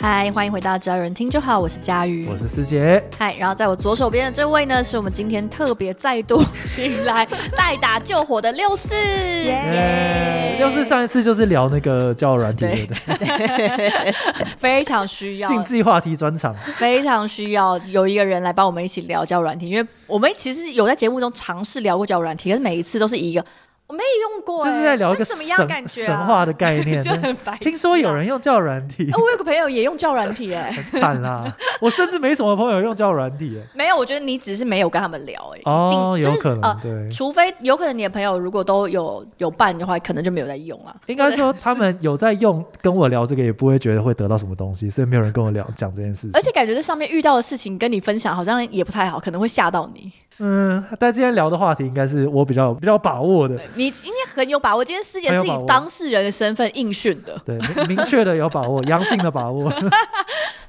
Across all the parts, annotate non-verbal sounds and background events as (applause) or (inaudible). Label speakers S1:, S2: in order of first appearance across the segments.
S1: 嗨，欢迎回到只要有人听就好，我是佳瑜
S2: 我。是思杰，
S1: 嗨，然后在我左手边的这位呢，是我们今天特别再度请来代打救火的六四。
S2: 耶！要是上一次就是聊那个交友软体
S1: 对
S2: 的
S1: 非常需要，
S2: 竞技话题专场，
S1: 非常需要有一个人来帮我们一起聊交友软体，因为我们其实有在节目中尝试聊过交友软体，可是每一次都是以一个我没用过、
S2: 就
S1: 欸，
S2: 是在聊一个
S1: 为什么样感
S2: 神
S1: 觉、啊、
S2: 神话的概
S1: (laughs)
S2: 念
S1: 就。很白痴啊、
S2: 听说有人用交友软体
S1: 啊，，我有个朋友也用交友软体、欸，哎，
S2: 很惨啦！
S1: (laughs)
S2: 我甚至没什么朋友用交友软体，哎
S1: 没有，我觉得你只是没有跟他们聊、欸，哎，
S2: 哦，
S1: 就
S2: 有
S1: 是
S2: 可
S1: 呃
S2: 能对。
S1: 除非有可能你的朋友如果都有有伴的话，可能就没有在用啊。
S2: 应该说他们有在用，跟我聊这个也不会觉得会得到什么东西，所以没有人跟我聊讲这件事
S1: 而且
S2: 情。
S1: 感觉在上面遇到的事情跟你分享好像也不太好，可能会吓到你。
S2: 嗯，但今天聊的话题应该是我比较比较有把握的，
S1: 你应该很有把握，今天师姐是
S2: 很有
S1: 以
S2: 把握
S1: 当事人的身份应讯的。
S2: 对，明明确的有把握，阳性的把握。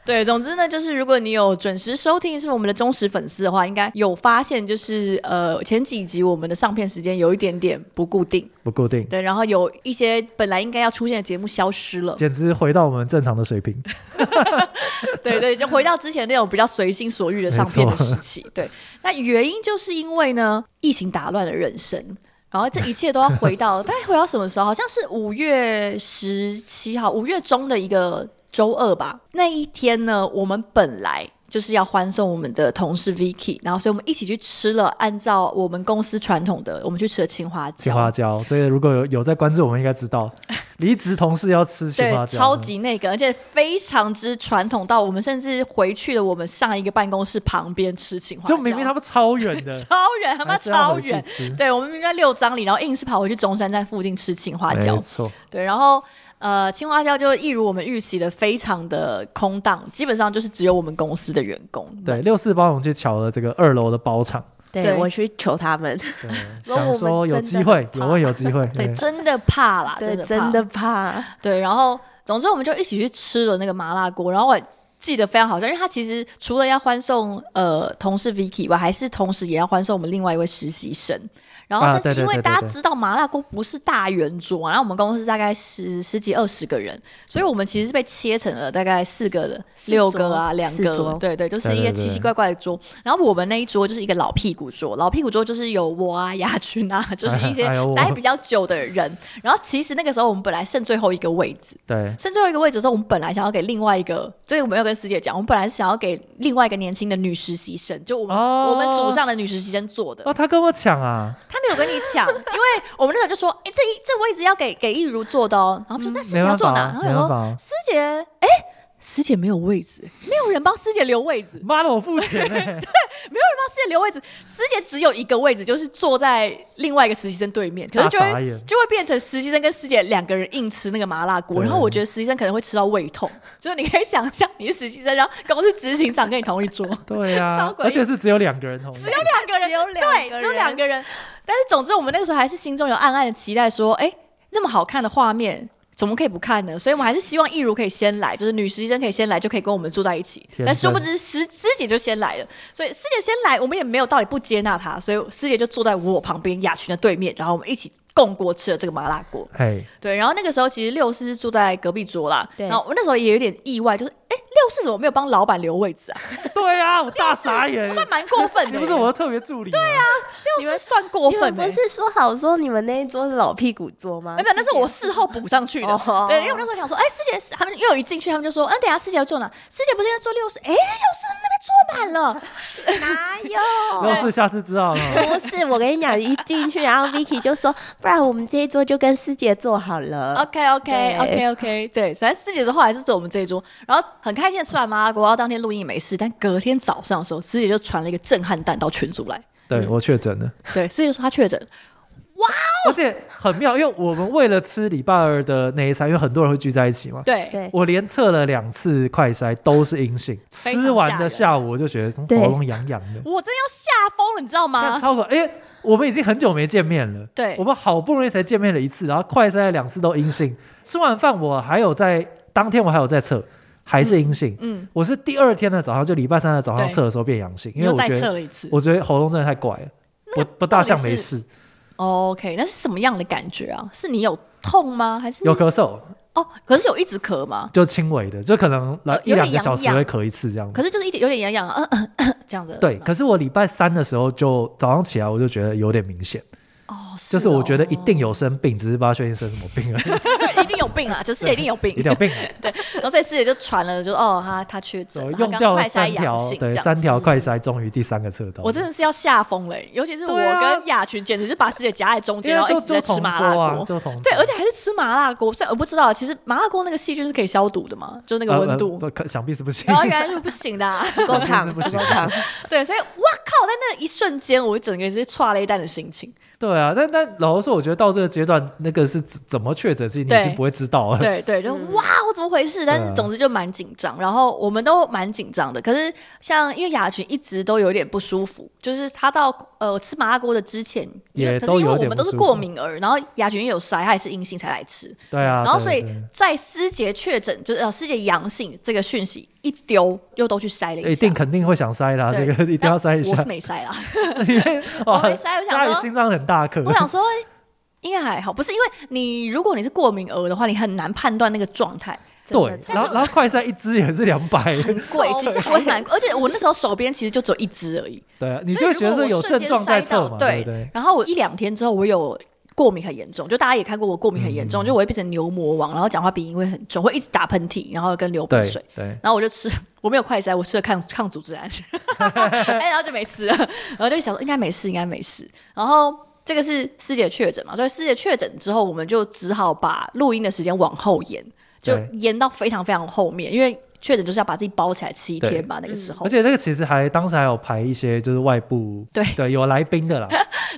S1: 对，总之呢，就是如果你有准时收听是我们的忠实粉丝的话，应该有发现，就是呃前几集我们的上片时间有一点点不固定，
S2: 不固定，
S1: 对，然后有一些本来应该要出现的节目消失了，
S2: 简直回到我们正常的水平。
S1: (laughs) 对对，就回到之前那种比较随心所欲的上片的
S2: 没错
S1: 时期。对，那原因就是因为呢，疫情打乱了人生，然后这一切都要回到，大概回到什么时候？好像是五月十七号，五月中的一个周二吧。那一天呢，我们本来。就是要欢送我们的同事 Vicky，然后所以我们一起去吃了按照我们公司传统的，我们去吃了青花椒，
S2: 青花椒，这个如果有有在关注，我们应该
S1: (laughs)
S2: 知道，离职同事要吃青
S1: 对
S2: 花，椒，嗯
S1: 超级那个，而且非常之传统到我们甚至回去了我们上一个办公室旁边吃青花椒，
S2: 就明明他们超远的，
S1: 超远，他妈
S2: 还是
S1: (laughs)
S2: 要
S1: 超
S2: 回去
S1: 远。
S2: 吃，
S1: 对，我们明明在六张里，然后硬是跑回去中山站附近吃青花椒 (laughs)
S2: 没。错，
S1: 对，然后呃，青花椒就一如我们预期的，非常的空荡，基本上就是只有我们公司的员工。
S2: 对，六四帮我们去瞧了这个二楼的包场，
S3: 对
S1: 对
S3: 我去求他们，
S1: (laughs)
S2: 对
S3: 然
S2: 想
S3: 后我们
S2: 说有
S3: 真的
S2: 机会，
S3: 很
S2: 有
S3: 怕
S2: 问有机会，
S1: 对，
S2: 对
S1: 啊真的怕啦，
S3: 对，
S1: 的
S3: 真
S1: 怕
S3: 的怕，
S1: (laughs) 对，然后总之我们就一起去吃了那个麻辣锅，然后我记得非常好笑，因为他其实除了要欢送呃同事 Vicky 以外，还是同时也要欢送我们另外一位实习生。然后，
S2: 啊
S1: 但
S2: 对
S1: 是
S2: 对
S1: 因为
S2: 对对
S1: 大家
S2: 对
S1: 知道麻辣锅不是大圆桌啊嘛，然后我们公司大概十十几二十个人，所以我们其实是被切成了大概四个的、
S3: 四
S1: 六个啊、
S3: 桌
S1: 两
S3: 四
S1: 个
S3: 桌，
S1: 对对，就是一
S2: 对
S1: 些
S2: 对对
S1: 奇奇怪怪的桌。然后我们那一桌就是一个老屁股桌，老屁股桌就是有我啊、雅群啊，就是一些
S2: (laughs) 哎呦我
S1: 待比较久的人。然后其实那个时候我们本来剩最后一个位置，
S2: 对
S1: 剩最后一个位置的时候，我们本来想要给另外一个，这个我没有跟师姐讲，我们本来是想要给另外一个年轻的女实习生，就我们、
S2: 哦
S1: 我们组上的女实习生做的，
S2: 哦，他跟我抢啊，
S1: 她没有跟你抢，因为我们那时候就说，哎、这一这位置要给给一如做的哦，然后我们说、那师姐
S2: 没
S1: 要
S2: 办
S1: 坐
S2: 法
S1: 哪？
S2: 啊
S1: 然，后
S2: 没
S1: 我
S2: 办法
S1: 说
S2: 啊，
S1: 师姐，哎、师姐没有位置，没有人帮师姐留位置，没有人
S2: 妈的，我付钱哎，
S1: 帮师姐留位置，师姐只有一个位置，就是坐在另外一个实习生对面， (laughs) 可是就
S2: 大傻
S1: 会
S2: 眼
S1: 就会变成实习生跟师姐两个人硬吃那个麻辣锅，
S2: 对
S1: 然后我觉得实习生可能会吃到胃痛，就是你可以想象你是实习生，然后公司执行长跟你同一桌，
S2: (laughs) 对
S1: 超
S2: 啊，
S1: 诡异
S2: 而且是只有两个人同哦时
S1: 只有两个人，
S3: 只有两个人
S1: 对，只有两个人。但是总之，我们那个时候还是心中有暗暗的期待，说，哎，那么好看的画面。怎么可以不看呢？所以我们还是希望易如可以先来，就是女实习生可以先来，就可以跟我们住在一起。
S2: 天真
S1: 但殊不知师师姐就先来了，所以师姐先来，我们也没有道理不接纳她，所以师姐就坐在我旁边雅群的对面，然后我们一起共锅吃了这个麻辣锅。
S2: 嘿，
S1: 对，然后那个时候其实六四是住在隔壁桌啦，
S3: 对
S1: 然后我那时候也有点意外，就是哎，六四怎么没有帮老板留位置啊？
S2: 对啊，我大傻眼，
S1: (laughs) 算蛮过分的耶，欸
S2: (laughs) 你不是我的特别助理，对啊，
S1: 六四算过
S3: 你
S1: 分、欸，
S3: 们不是说好说你们那一桌是老屁股桌吗？
S1: 没有，那是我事后补上去的。
S3: 哦
S1: 对，因为我那时候想说，哎、师姐，他们因为我一进去，他们就说，嗯、等一下师姐要坐哪？师姐不是要坐六十？哎、六十那边坐满了。
S3: 哪有？
S2: 要是下次知
S1: (laughs)
S2: 道了。
S3: (laughs) 不是，我跟你讲，一进去，然后 Vicky 就说，不然我们这一桌就跟师姐坐好了。
S1: OK OK OK OK，对，反正师姐是后来是走我们这一桌，然后很开心的吃完麻辣锅，然后当天录音也没事，但隔天早上的时候，师姐就传了一个震撼弹到群组来，
S2: 对我确诊了，
S1: 对，师姐就说她确诊，
S2: (laughs) 而且很妙，因为我们为了吃礼拜二的那一餐，因为很多人会聚在一起嘛。
S1: 对，
S3: 对，
S2: 我连测了两次快筛都是阴性，
S1: (laughs) 非常
S2: 吃完的
S1: 吓
S2: 下午我就觉得从
S3: 对
S2: 喉咙痒痒的，
S1: 我真要吓疯了，你知道
S2: 看
S1: 吗？
S2: 超可哎、我们已经很久没见面了，
S1: 对
S2: 我们好不容易才见面了一次，然后快筛两次都阴性，吃完饭我还有在当天我还有在测，还是阴性。
S1: 嗯，
S2: 我是第二天的早上，就礼拜三的早上
S1: 对
S2: 测的时候变阳性，
S1: 你
S2: 因为
S1: 又
S2: 我
S1: 再
S2: 觉
S1: 测
S2: 得
S1: 了一次。
S2: 我觉得喉咙真的太怪了，我不大像没事，
S1: OK，那是什么样的感觉啊？是你有痛吗？还是
S2: 有咳嗽，
S1: 哦哦，可是有一直咳吗？
S2: 就轻微的，就可能来
S1: 呃
S2: 一
S1: 有点
S2: 两个小时
S1: 痒
S2: 会
S1: 痒
S2: 咳一次这样子。
S1: 可是就是一点有点痒痒，嗯嗯嗯 (coughs) 这样子。
S2: 对，可是我礼拜三的时候就早上起来，我就觉得有点明显，
S1: 哦，
S2: 就是我觉
S1: 得
S2: 得一定有生病，只是不知道确定生什么病而
S1: (laughs)
S2: 已，
S1: 一定有病啊，就是一定有病， (laughs)
S2: 一点病。
S1: 然后这次也就传了，就哦，他他确诊
S2: 走，
S1: 他
S2: 用
S1: 刚
S2: 掉
S1: 快
S2: 了
S1: 筛
S2: 三条
S1: 阳，性，
S2: 对，
S1: 这样
S2: 三
S1: 子
S2: 条快筛，终于第三个测到。
S1: 我真的是要吓疯了欸、尤其是我
S2: 对啊
S1: 跟雅群，简直是把师姐夹在中间，
S2: 因
S1: 然
S2: 为
S1: 后一
S2: 就
S1: 直在吃
S2: 就同
S1: 麻辣
S2: 桌啊，
S1: 锅。
S2: 就同桌
S1: 对，而且还是吃麻辣锅，虽然我不知道，其实麻辣锅那个细菌是可以消毒的嘛，就那个
S2: 呃
S1: 温
S2: 呃
S1: 度。
S2: 不可想必是不行。
S1: (laughs) 然后原来是不行的啊、 (laughs)
S3: 不够
S2: 真的
S3: 烫，
S2: 是不
S3: 够
S2: 行
S3: 烫。
S1: 对，所以哇靠，在那一瞬间，我整个是踹了一蛋的心情。
S2: (laughs) 对啊，但但老实说，我觉得到这个阶段，那个是怎怎么确诊是你已
S1: 对
S2: 经不会知 (laughs) 道了。
S1: 对对，就哇，我怎么回事？
S2: 嗯
S1: 但是嗯总之就蛮紧张，然后我们都蛮紧张的。可是像因为雅群一直都有点不舒服，就是她到呃吃麻辣锅的之前，因为
S2: 也
S1: 可
S2: 都
S1: 是因为
S2: 有
S1: 我
S2: 点
S1: 们
S2: 不
S1: 都是
S2: 舒
S1: 过
S2: 服
S1: 敏儿，然后雅群也有筛，她也是阴性才来吃。
S2: 对啊，
S1: 然后
S2: 对
S1: 所以
S2: 对
S1: 在师姐确诊，就是呃师姐阳性这个讯息一丢，又都去筛了
S2: 哎一
S1: 下
S2: 定。肯定会想筛啦，这
S1: 对
S2: 个一定要
S1: 但
S2: 筛一下
S1: 我。是没筛啦， (laughs)
S2: 哇
S1: 我没筛我想
S2: 鲨鱼
S1: 说
S2: 心脏很哦大颗。
S1: 我想说应该还好，不是因为你如果你是过敏儿的话，你很难判断那个状态。
S2: (laughs) (laughs) 对，
S3: 真的
S2: 然后然后快筛一支也是两百，
S1: 很贵，其实还蛮贵，而且我那时候手边其实就只有一只而已，
S2: (laughs) 对啊，你
S1: 所
S2: 就
S1: 以
S2: 会
S1: 如
S2: 觉得
S1: 果
S2: 说
S1: 我
S2: 有
S1: 瞬
S2: 症
S1: 间
S2: 状在
S1: 塞到
S2: 测嘛，
S1: 对
S2: 不对？
S1: 然后我一两天之后，我有过敏很严重，就大家也看过我过敏很严
S2: 嗯
S1: 重，就我会变成牛魔王，然后讲话鼻音会很重，会一直打喷嚏，然后跟流鼻
S2: 对
S1: 水。
S2: 对，
S1: 然后我就吃， (laughs) 我没有快筛，我吃了抗抗组织胺，
S2: (laughs)
S1: 哎，然后就没吃了，然后就想说应该没事，应该没事。然后这个是师姐确诊嘛，所以师姐确诊之后，我们就只好把录音的时间往后延，就
S2: 对
S1: 延到非常非常后面，因为确诊就是要把自己包起来七
S2: 对
S1: 天吧，那个时候
S2: 而。且那个其实还当时还有排一些就是外部
S1: 对
S2: 对有来宾
S1: (laughs)
S2: 的啦，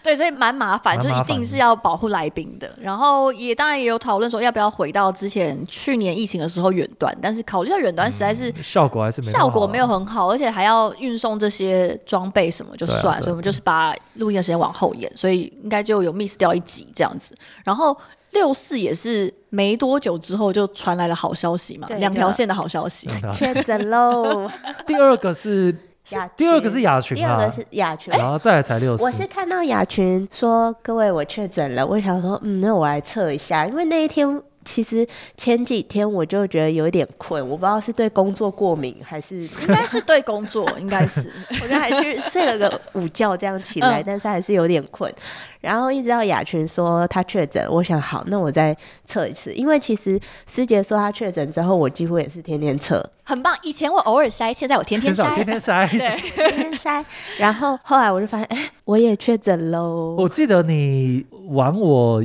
S1: 对，所以蛮麻烦，
S2: 蛮
S1: 就是
S2: 麻
S1: 一
S2: 烦
S1: 定
S2: 的
S1: 是要保护来宾的。然后也当然也有讨论说要不要回到之前去年疫情的时候远端，但是考虑到远端实在是
S2: 效果还是没那么
S1: 效果
S2: 好
S1: 嗯
S2: 啊
S1: 没有
S2: (laughs)
S1: 很好，而且还要运送这些装备什么就
S2: 对啊
S1: 算，
S2: 对啊
S1: 所以我们就是把录音的时间往后延，所以应该就有 miss 掉一集这样子。然后六四也是没多久之后就传来了好消息嘛
S3: 对，
S1: 两条线的好消息。
S2: 真的啊
S3: 确诊喽！
S1: (laughs)
S2: 第二个是
S3: 雅
S2: 第二个
S3: 群
S2: 是雅群
S3: 第二
S2: 啊
S3: 个，是雅
S1: 哎
S3: 群，
S2: 然后再来才六
S3: 我
S2: 四
S3: 是，看到雅群说：“各位，我确诊了。”我想说，嗯，那我来测一下，因为那一天其实前几天我就觉得有一点困，我不知道是对工作过敏还是， (laughs)
S1: 应该是对工作，应该是
S3: 我就还是睡了个午觉这样起来，
S1: 嗯
S3: 但是还是有点困。然后一直到雅群说她确诊，我想好，那我再测一次，因为其实师姐说她确诊之后，我几乎也是天天测，
S1: (laughs) 很棒。以前我偶尔筛，现在我天天
S2: 天 (laughs) 天
S1: 筛。
S2: 天筛。
S1: (laughs) 对，
S3: 天
S1: (laughs)
S3: 天筛。然后后来我就发现，哎、我也确诊喽。
S1: 哦
S2: 我记得你玩我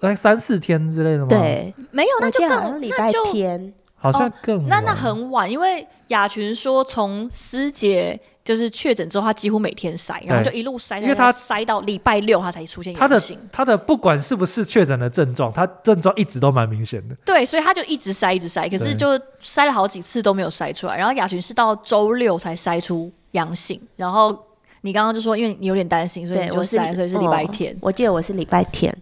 S2: 那三四天之类的吗？，
S3: 对，
S1: 没有，哦那
S3: 我
S1: 就
S3: 记得好像
S1: 更
S3: 礼
S1: 那
S3: 拜
S1: 就
S3: 天。
S2: 好像更
S1: 哦那那
S2: 晚
S1: 很晚，因为雅群说从师姐就是确诊之后，她几乎每天筛，然后就一路筛，
S2: 因为她
S1: 筛到礼拜六，她才出现
S2: 他
S1: 阳
S2: 的
S1: 性。
S2: 他的不管是不是确诊的症状，他症状一直都蛮明显的。
S1: 对，所以她就一直筛，一直筛，可是
S2: 对
S1: 就筛了好几次都没有筛出来。然后雅群是到周六才筛出阳性，然后你刚刚就说，因为你有点担心，所以
S3: 对
S1: 你，就
S3: 我是
S1: 筛，所以是礼拜天
S3: 哦。我记得我是礼拜
S1: (laughs)
S3: 天，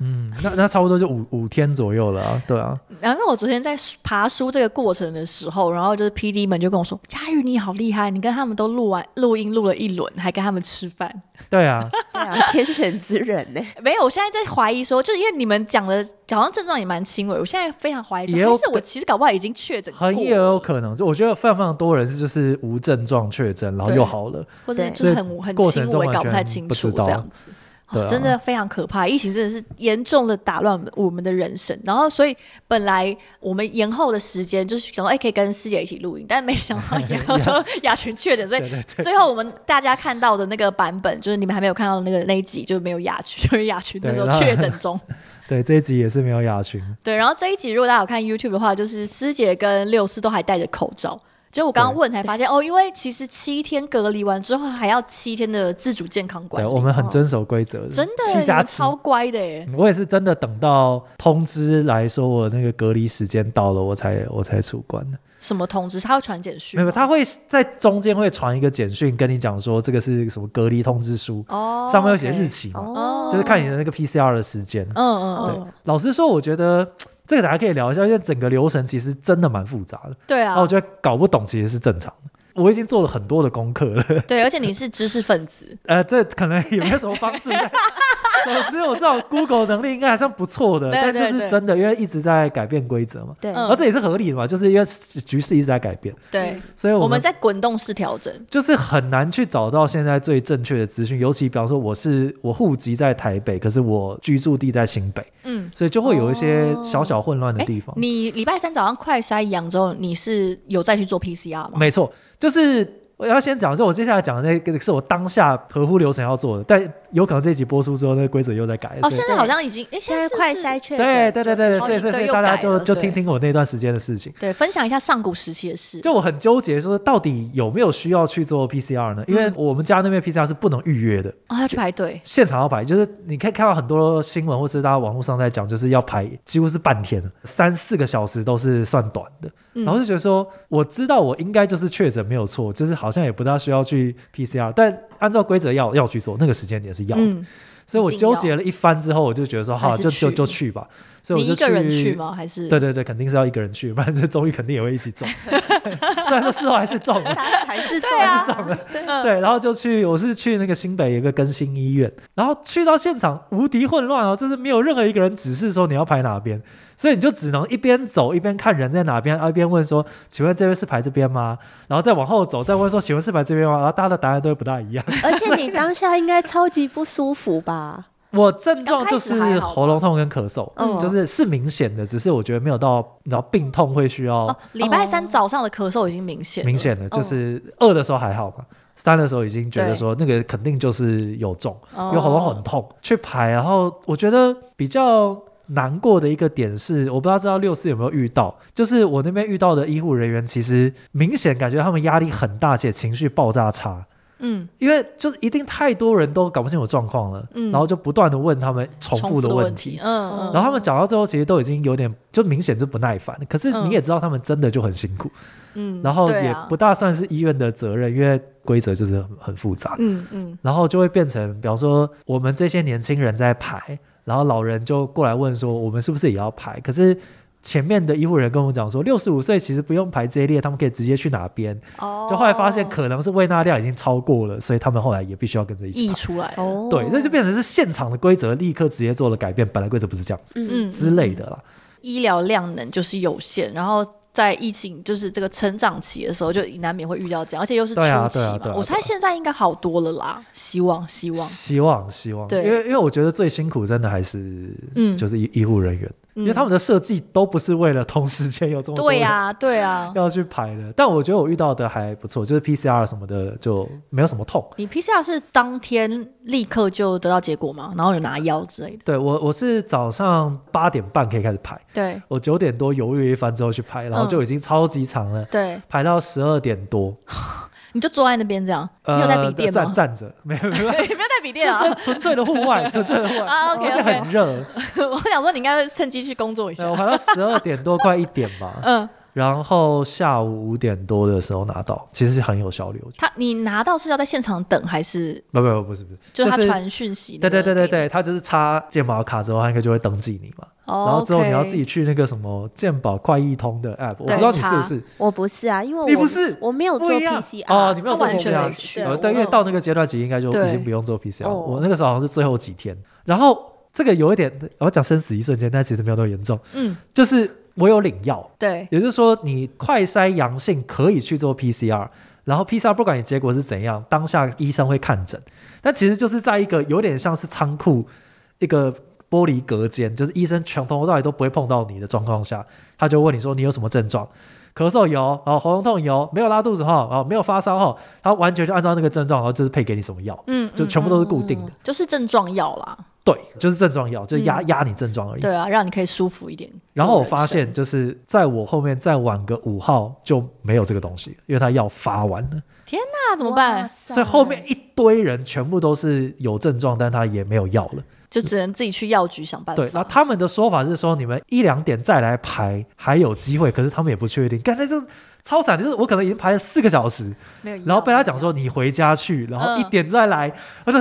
S2: 嗯， (laughs) 那那差不多就五五天左右了、啊，对啊，
S1: 然后我昨天在爬书这个过程的时候，然后就是 P D 们就跟我说：“佳玉你好厉害，你跟他们都录完录音录了一轮，还跟他们吃饭。” (laughs)
S2: 对啊，
S3: 对啊，天选之人呢、
S1: 没有，我现在在怀疑说，就是因为你们讲的好像症状也蛮轻微，我现在非常怀疑说，
S2: 也有
S1: 还是我其实搞不好已经确诊过
S2: 很，也有可能，就我觉得非常非常多人是就是无症状确诊，然后
S1: 对
S2: 又
S1: (laughs)
S2: 好了，
S1: 或者
S3: 对
S1: 就是
S2: 所以
S1: 很很
S2: 过
S1: 轻
S2: 程中
S1: 微，
S2: 完
S1: 搞不太
S2: 全
S1: 清
S2: 不
S1: 楚
S2: 知道
S1: 这样子。
S2: 对
S1: 哦
S2: 啊，
S1: 真的非常可怕，疫情真的是严重的打乱我们的人生。然后，所以本来我们延后的时间就是想说，哎、可以跟师姐一起录音，但没想到延后之后雅群确诊，所以
S2: (laughs) 对对对
S1: 最后我们大家看到的那个版本，就是你们还没有看到的那个那一集，就没有雅群，就是雅群那时
S2: 对然
S1: 候
S2: 后
S1: 确诊中。
S2: 对，这一集也是没有雅群，
S1: 对，然后这一集如果大家有看 YouTube 的话，就是师姐跟六四都还戴着口罩。结果我刚刚
S2: 对
S1: 问才发现，哦，因为其实七天隔离完之后，还要七天的自主健康管
S2: 对，
S1: 理。
S2: 我们很遵守规则的，
S1: 真的耶，
S2: 七
S1: 你
S2: 加
S1: 们
S2: 七。
S1: 超乖的欸耶！
S2: 嗯我也是真的等到通知来说我那个隔离时间到了，我才我才出关的。
S1: 什么通知？他会传简讯
S2: 没
S1: 吗？
S2: 有，他会在中间会传一个简讯跟你讲说这个是什么隔离通知书，
S1: 哦，
S2: 上面有写
S1: OK
S2: 日。期嘛，
S1: 哦
S2: 就是看你的那个 PCR 的时间。
S1: 嗯嗯
S2: 对
S1: 嗯，，
S2: 老实说，我觉得这个大家可以聊一下，因为整个流程其实真的蛮复杂的。
S1: 对啊
S2: 哦那、，我觉得搞不懂其实是正常的。我已经做了很多的功课了，
S1: 对，而且你是知识分子， (laughs)
S2: 呃，这可能也没有什么帮助。但总之我知道 Google 能力应该还算不错的，
S1: 对
S2: 但就
S1: 对
S2: 是
S1: 对
S2: 真的，因为一直在改变规则嘛，
S3: 对，
S1: 嗯
S2: 而这也是合理的嘛，就是因为局势一直在改变，
S1: 对，
S2: 所以
S1: 我
S2: 嗯我
S1: 们
S2: 们
S1: 在滚动式调整。
S2: 就是很难去找到现在最正确的资讯，尤其比方说我是我户籍在台北，可是我居住地在新北，
S1: 嗯，
S2: 所以就会有一些
S3: 哦
S2: 小小混乱的
S1: 哎
S2: 地方。
S1: 你礼拜三早上快筛阳之后，你是有再去做 PCR 吗？
S2: 没错，就是我要先讲，就我接下来讲的那个是我当下合乎流程要做的，但有可能这一集播出之后，那个规则又在改。
S1: 哦，
S2: 所以
S1: 现在好像已经，哎，
S3: 现
S1: 在是
S3: 在
S1: 不
S3: 快
S1: 是
S3: 筛确诊，
S2: 对对对对，
S1: 好
S2: 所以
S1: 几
S2: 所
S1: 哦
S2: 以
S1: 个
S2: 所以
S1: 又
S2: 大家
S1: 改
S2: 就
S1: 了
S2: 就
S1: 对
S2: 听听我那段时间的事情。
S1: 对，分享一下上古时期的事。
S2: 就我很纠结，说到底有没有需要去做 PCR 呢？因为
S1: 嗯
S2: 我们家那边 PCR 是不能预约的，
S1: 哦，要去排队，
S2: 现场要排，就是你可以看到很多新闻或是大家网络上在讲，就是要排几乎是半天，三四个小时都是算短的。
S1: 嗯
S2: 然后就觉得说，我知道我应该就是确诊没有错，就是好像也不大需要去 PCR，但按照规则要要去做，那个时间点是要的。
S1: 嗯，
S2: 所以我
S1: 一定要
S2: 纠结了一番之后，我就觉得说，好，
S1: 还是
S2: 就就
S1: 去
S2: 就去吧。所以
S1: 你
S2: 我就
S1: 一个人
S2: 去
S1: 去？吗？还是
S2: 对对对，肯定是要一个人去，不然这终于肯定也会一
S1: (laughs)
S2: 起中。 (laughs) 虽然说事后还是中
S1: 哦
S2: 了，
S3: 还是
S1: 对啊， (laughs)
S2: 对，然后就去，我是去那个新北有一个更新医院，然后去到现场无敌混乱哦，就是没有任何一个人指示说你要排哪边，所以你就只能一边走一边看人在哪边， (laughs) 啊然后一边问说，请问这位是排这边吗？然后再往后走，再问说，请问是排这边吗？然后大家的答案都会不大一样。 (laughs)
S3: 而且你当下应该超级不舒服吧？
S2: 我症状就
S1: 刚开始
S2: 是
S1: 还好吧
S2: 喉咙痛跟咳嗽，
S1: 哦
S3: 嗯
S2: 就是是明显的，只是我觉得没有到，然后病痛会需要
S1: 哦，礼拜三早上的咳嗽已经明显了，
S2: 明显的，就
S3: 哦
S2: 是饿的时候还好嘛，三的时候已经觉得
S1: 对
S2: 说那个肯定就是有中。
S1: 哦，
S2: 因为喉咙很痛，去排。然后我觉得比较难过的一个点是，我不知道知道六四有没有遇到，就是我那边遇到的医护人员，其实明显感觉他们压力很大，且情绪爆炸差。
S1: 嗯，
S2: 因为就是一定太多人都搞不清楚状况了，
S1: 嗯
S2: 然后就不断的问他们重
S1: 重
S2: 复的
S1: 的
S2: 问
S1: 题
S2: 题，，
S1: 嗯，
S2: 然后他们讲到最后其实都已经有点就明显是不耐烦，可是你也知道他们真的就很辛苦，
S1: 嗯，
S2: 然后
S1: 对
S2: 也
S1: 啊
S2: 不大算是医院的责任，因为规则就是很很复杂，
S1: 嗯嗯，
S2: 然后就会变成，比方说我们这些年轻人在排，然后老人就过来问说，我们是不是也要排？可是前面的医护人跟我们讲说，六十五岁其实不用排这一列，他们可以直接去哪边。
S1: 哦，
S2: 就后来发现可能是胃纳量已经超过了，所以他们后来也必须要跟着一起
S1: 溢
S2: 排。
S1: 出来了，
S3: 哦
S2: 对，那就变成是现场的规则立刻直接做了改变，本来规则不是这样子
S1: 嗯
S2: 之类的啦。
S1: 医疗量能就是有限，然后在疫情就是这个成长期的时候，就难免会遇到这样，而且又是初
S2: 对啊
S1: 期
S2: 对啊
S1: 嘛
S2: 对啊，
S1: 我
S2: 对
S1: 猜
S2: 啊
S1: 现在应该好多了啦，希望希望，
S2: 希望希望，
S1: 嗯对
S2: 因为因为我觉得最辛苦真的还是
S1: 嗯
S2: 就是医医护人员，因为他们的设计都不是为了同时间有这么
S1: 嗯
S2: 多
S1: 对啊
S2: 人
S1: 呀对呀，
S2: 要去排的。但我觉得我遇到的还不错，就是 PCR 什么的就没有什么痛。
S1: 你 PCR 是当天立刻就得到结果吗？然后有拿药之类的？
S2: 对我，我是早上八点半可以开始排，
S1: 对
S2: 我九点多犹豫了一番之后去排，然后就已经超级长了，
S1: 对，
S2: 排到十二点多。
S1: 你就坐在那边这样，你有带笔电
S2: 呃站
S1: 吗？
S2: 站着，没有没有，
S1: 你 (laughs) 没有带笔
S2: (laughs)
S1: 电啊？
S2: 纯粹的户外，纯粹的户
S1: (laughs)
S2: 外，
S1: 啊，OK，
S2: 而且
S1: OK
S2: 哦很哦热。
S1: 我想说你应该会趁机去工作一下
S2: 对，我。排到十二点多，快一点吧。
S1: (laughs) 嗯，
S2: 然后下午五点多的时候拿到，其实是很有效率。我觉得
S1: 他你拿到是要在现场等还是
S2: 不不不，不是不是，
S1: 就是他
S2: 是
S1: 传讯息那
S2: 对
S1: 个
S2: 对
S1: 给
S2: 对
S1: 你？
S2: 对对，他就是插健保卡之后，他应该就会登记你嘛。
S1: 哦，
S2: 然后之后你要
S1: OK
S2: 自己去那个什么健保快易通的 app，我不
S1: 对
S2: 知道你是不是
S3: 我不是啊，因为我
S2: 你不是
S3: 我没有做
S2: 不一样
S3: PCR
S2: 哦，你没有
S1: 他
S2: 做
S1: 完全
S2: PCR，
S1: 没去
S2: 呃
S3: 我
S2: 对，因为到那个阶段其实应该就
S1: 对
S2: 已经不用做 PCR，
S3: 嗯哦
S2: 我那个时候好像是最后几天，然后这个有一点我要讲生死一瞬间，但其实没有那么严重，
S1: 嗯，
S2: 就是我有领药，
S1: 对，
S2: 也就是说你快筛阳性可以去做 PCR。然后 PCR 不管你结果是怎样，当下医生会看诊，但其实就是在一个有点像是仓库一个玻璃隔间，就是医生从头到尾都不会碰到你的状况下，他就问你说你有什么症状？咳嗽有，哦，喉咙痛有，没有拉肚子哈，哦，没有发烧哈，他完全就按照那个症状，然后就是配给你什么药，
S1: 嗯，
S2: 就
S1: 嗯嗯
S2: 全部都是固定的，
S1: 就是症状药啦，
S2: 对，就是症状药，就是压、压你症状而已。
S1: 对啊，让你可以舒服一点。
S2: 然后我
S1: 人生
S2: 发现，就是在我后面再晚个五号就没有这个东西，因为他药发完了，
S1: 那怎么办？？
S2: 所以后面一堆人全部都是有症状，但他也没有药了。
S1: 就只能自己去药局想办法。
S2: 对，然后他们的说法是说，你们一两点再来排还有机会，可是他们也不确定。干，那就超惨，就是我可能已经排了四个小时，
S1: 没有药，
S2: 然后被他讲说你回家去，然后一点再来，我就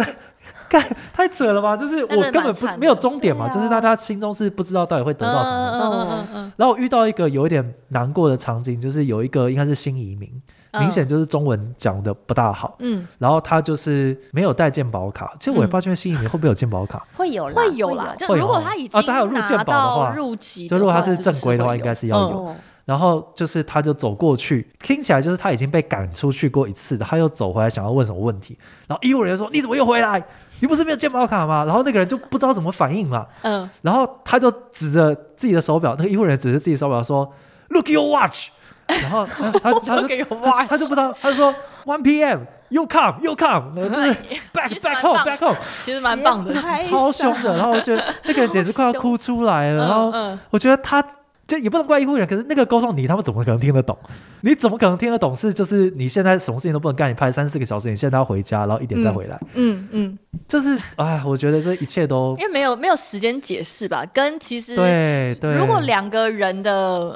S2: 干太扯了吧？就是
S1: 嗯那真
S2: 我
S1: 的
S2: 根本
S1: 蛮
S2: 不
S1: 惨的
S2: 没有终点嘛，
S3: 对啊
S2: 就是大家心中是不知道到底会得到什么东西。
S1: 嗯嗯嗯嗯
S2: 然后我遇到一个有一点难过的场景，就是有一个应该是新移民，
S1: 嗯，
S2: 明显就是中文讲的不大好，
S1: 嗯
S2: 然后他就是没有带健保卡。其实我也不知道这边新移民会不会有健保卡，
S3: 会有啦
S1: 会有啦，就
S2: 会有
S1: 如果他已
S2: 啊
S1: 经
S2: 当然有入
S1: 拿
S2: 健保的话
S1: 到入籍的话，
S2: 就如果他是
S1: 是不
S2: 正规的话
S1: 会
S2: 应该是要有
S1: 嗯
S3: 哦
S2: 然后就是他就走过去，听起来就是他已经被赶出去过一次的，他又走回来想要问什么问题，然后医务人员说：“你怎么又回来？你不是没有健保卡吗？”然后那个人就不知道怎么反应嘛，
S1: 嗯，
S2: 然后他就指着自己的手表，那个医护人员指着自己的手表说：“Look
S1: (laughs)
S2: your watch。”然后他他他就
S1: 给我
S2: 他
S1: 挖
S2: 他就不知道，他就说 “One p.m. You come,
S1: (laughs)
S2: you come”，然后就是 back
S1: 其实
S2: back
S1: 蛮
S2: home
S1: 棒
S2: back home，
S1: 嗯其实蛮棒的，
S3: 邪拍
S2: 超凶
S3: 傻
S2: 的。然后我觉得那个人简直快要哭出来
S1: (laughs)
S2: (laughs) 了。
S1: 嗯
S2: 然后
S1: 嗯
S2: 我觉得他就也不能怪医护人员，可是那个沟通你他们怎么可能听得懂？你怎么可能听得懂？是就是你现在什么事情都不能干，你拍三四个小时，你现在要回家，然后一点再回来，
S1: 嗯嗯，
S2: 就是哎，我觉得这一切都
S1: 因为没有没有时间解释吧，跟其实
S2: 对对。
S1: 如果两个人的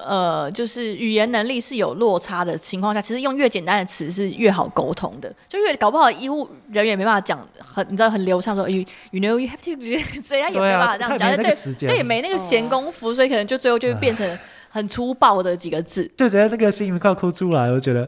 S1: 呃，就是语言能力是有落差的情况下，其实用越简单的词是越好沟通的，就越搞不好医务人员没办法讲很，你知道很流畅说，you you know you have to，所以他也
S2: 对
S1: 没
S2: 啊
S1: 办法 (laughs) 这样讲，
S2: 他也没那个时
S1: 对
S2: 间
S1: 对，也没那个闲工夫，所以可能就最后就会变成很粗暴的几个字。
S2: 就觉得那个心里面快要哭出来，我就觉得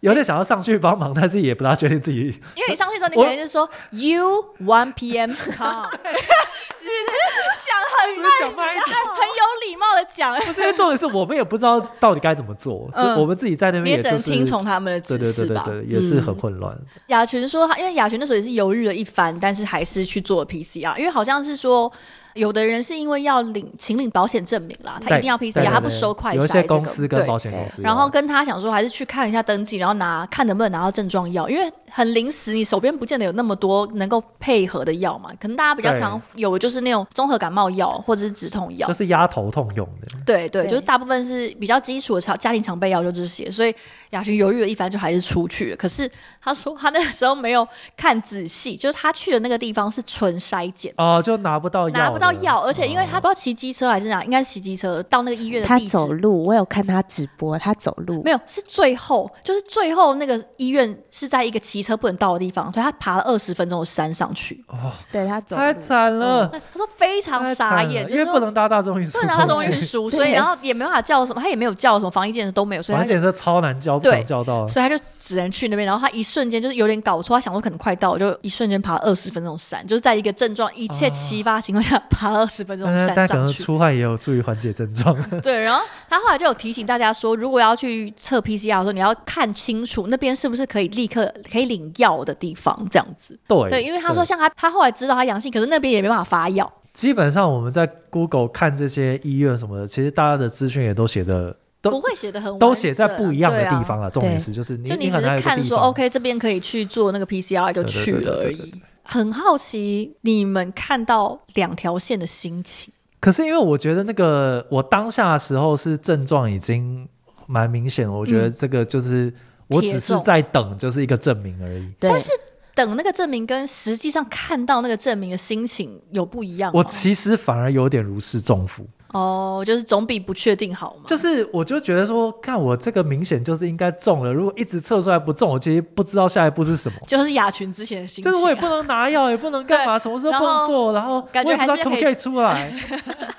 S2: 有点想要上去帮忙，但是也不大确
S1: (laughs)
S2: 定自己。
S1: 因为你上去的时候，你
S2: 我
S1: 可能就说 you one p.m.
S2: (laughs)
S1: come，只是讲很
S2: 不是讲慢一点，
S1: 很有礼貌的讲，
S2: 因为重点是我们也不知道到底该怎么做，
S1: 嗯
S2: 就我们自己在那
S1: (laughs) 你也
S2: 边
S1: 只
S2: 就
S1: 能
S2: 是
S1: 听从他们的指
S2: 对对
S1: 示
S2: 对对
S1: 吧。嗯
S2: 对，也是很混乱。
S1: 雅群说他，因为雅群那时候也是犹豫了一番，但是还是去做了 PCR，因为好像是说有的人是因为要领请领保险证明啦，他
S2: 对
S1: 一定要
S2: 对
S1: PCR，
S2: 对
S1: 他不
S2: 对
S1: 收快
S2: 有一
S1: 筛
S2: 些
S1: 这个。
S2: 公司跟
S1: 对
S2: 保险公司，
S1: 然后跟他想说，还是去看一下登记，然后拿看能不能拿到症状药，因为很临时，你手边不见得有那么多能够配合的药嘛。可能大家比较
S2: 对
S1: 常有的就是那种综合感冒药或者是止痛药
S2: 就，是压头痛用的。
S1: 对对，
S3: 对
S1: 就是大部分是比较基础的常家庭常备药就这些，所以雅群犹豫了一番，就还是出去了。可是他说他那个时候没有看仔细，就是他去的那个地方是纯筛检。
S2: 哦，就拿不到药，
S1: 拿不到药，而且因为他不知道骑机车还是哪，应该是骑机车到那个医院的
S3: 他
S1: 地址。
S3: 走路，我有看他直播，他走路
S1: 没有，是最后，就是最后那个医院是在一个骑车不能到的地方，所以他爬了二十分钟的山上去。
S3: 对他走路
S2: 啊太惨了，
S1: 哦嗯他说非常
S2: 哎太
S1: 傻
S2: 惨了
S1: 眼，就
S2: 因
S1: 是
S2: 为不
S1: 说
S2: 能搭大众运输
S1: 不
S2: 工具，
S1: 能拿他中运输，所以
S3: 对
S1: 然后也没办法叫什么，他也没有叫什么防疫建设都没有，所以
S2: 反
S1: 他
S2: 正
S1: 就
S2: 简直超难叫，不
S1: 对
S2: 能叫到。
S1: 所以他就只能去那边，然后他一瞬间就是有点搞错，他想说可能快到，就一瞬间爬二十分钟山，就是在一个症状一切齐发情况下、爬二十分钟
S2: 但是
S1: 山
S2: 啊嗯但可
S1: 上
S2: 能
S1: 去。
S2: 出汗也有助于缓解症
S1: (laughs)
S2: 状。
S1: 对，然后他后来就有提醒大家说，如果要去测 PCR 的时候，你要看清楚那边是不是可以立刻可以领药的地方，这样子。
S2: 对
S1: 对，因为他说像他他后来知道他阳性，可是那边也没办法发药。
S2: 基本上我们在 Google 看这些医院什么的，其实大家的资讯也都写的
S1: 不
S2: 都
S1: 会写的很完
S2: 都写在不一样的
S1: 整啊
S2: 地方啊。重点是就是你
S1: 就你
S2: 你
S1: 只
S2: 很难
S1: 是
S2: 有一个
S1: 看
S2: 地
S1: 说
S2: 方
S1: OK 这边可以去做那个 PCR 就
S2: 对对
S1: 去
S2: 对
S1: 了
S2: 对
S1: 而
S2: 对对
S1: 已。很好奇你们看到两条线的心情，
S2: 可是因为我觉得那个我当下的时候是症状已经蛮明显了，我觉得这个就是、我只
S1: 铁
S2: 是
S1: 中
S2: 在等就是一个证明而已。
S3: 对
S1: 但是等那个证明跟实际上看到那个证明的心情有不一样吗
S2: 我其实反而有点如释重负，
S1: 哦，就是总比不确定好嘛。
S2: 就是我就觉得说，看我这个明显就是应该中了，如果一直测出来不中，我其实不知道下一步是什么。
S1: 就是雅群之前的心情
S2: 就
S1: 啊、
S2: 是我也不能拿药，也不能干嘛，什么事都不能做，然后
S1: 感觉
S2: 我也不
S1: 还
S2: 知道
S1: 是
S2: 可不可以出来。
S1: (laughs)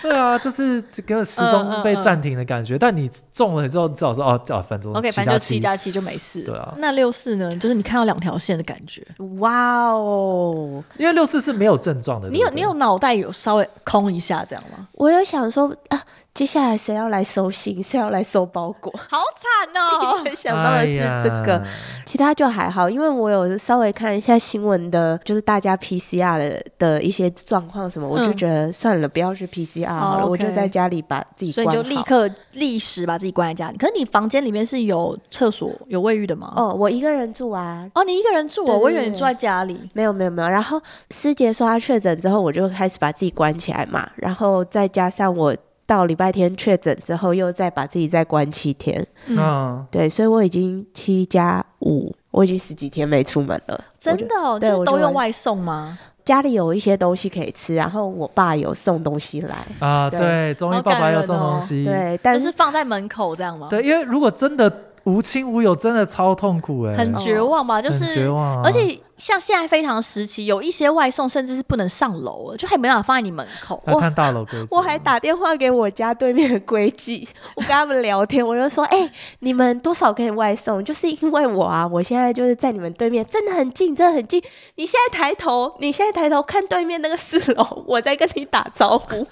S2: 对啊，就是这个时
S1: 嗯
S2: 钟被暂停的感觉。但你中了之后，你至少说哦，哦，反正
S1: (laughs) OK，反正就七加七就没事。
S2: 对啊
S1: 那六四呢？就是你看到两条线的感觉，
S3: 哇哦！
S2: 因为六四是没有症状的。
S1: 你有
S2: 对不对
S1: 你有脑袋有稍微空一下这样吗？
S3: 我有想说啊，接下来谁要来收信，谁要来收包裹？ (laughs)
S1: 好惨哦！
S3: 想到的是这个，
S2: 哎呀
S3: 其他就还好，因为我有稍微看一下新闻的，就是大家 PCR 的的一些状况什么，我就
S1: 嗯
S3: 觉得算了，不要去 PCR 好了，
S1: 哦
S3: 我
S1: ，OK
S3: 就在家里把自己
S1: 所
S3: 关
S1: 以你
S3: 好。
S1: 就立刻立时把自己关在家里。可是你房间里面是有厕所、有卫浴的吗？哦
S3: 哦，我一个人住啊。
S1: 哦，你一个人住
S3: 对
S1: 哦，
S3: 对
S1: 我以为你
S3: 对
S1: 住在家里。
S3: 没有没有没有，然后师姐说她确诊之后，我就开始把自己关起来嘛，然后再加上我到礼拜天确诊之后，又再把自己再关七天，
S2: 嗯，
S3: 对，所以我已经七加五，我已经十几天没出门了，
S1: 真
S3: 我就
S1: 的哦，
S3: 对
S1: 就是
S3: 我就
S1: 都用
S3: 完
S1: 外送吗？
S3: 家里有一些东西可以吃，然后我爸有送东西来，
S2: 啊，
S3: 对
S2: 对，终于
S1: 好
S2: 爸
S1: 感
S2: 爸要
S1: 人
S2: 送东
S1: 哦
S2: 西。
S3: 对，
S1: 就
S3: 但
S1: 是放在门口这样吗？，
S2: 对，因为如果真的无亲无友，真的超痛苦哎，
S1: 很绝望吧？就
S2: 哦很绝
S1: 是，
S2: 望啊。
S1: 而且像现在非常时期，有一些外送甚至是不能上楼了，就还没办法放在你门口。
S2: 要看大楼规则。
S3: 我还打电话给我家对面的规矩，我跟他们聊天，我就说：“哎、你们多少可以外送？就是因为我啊，我现在就是在你们对面，真的很近，真的很近。你现在抬头，你现在抬头看对面那个四楼，我在跟你打招
S2: (laughs)
S3: 呼，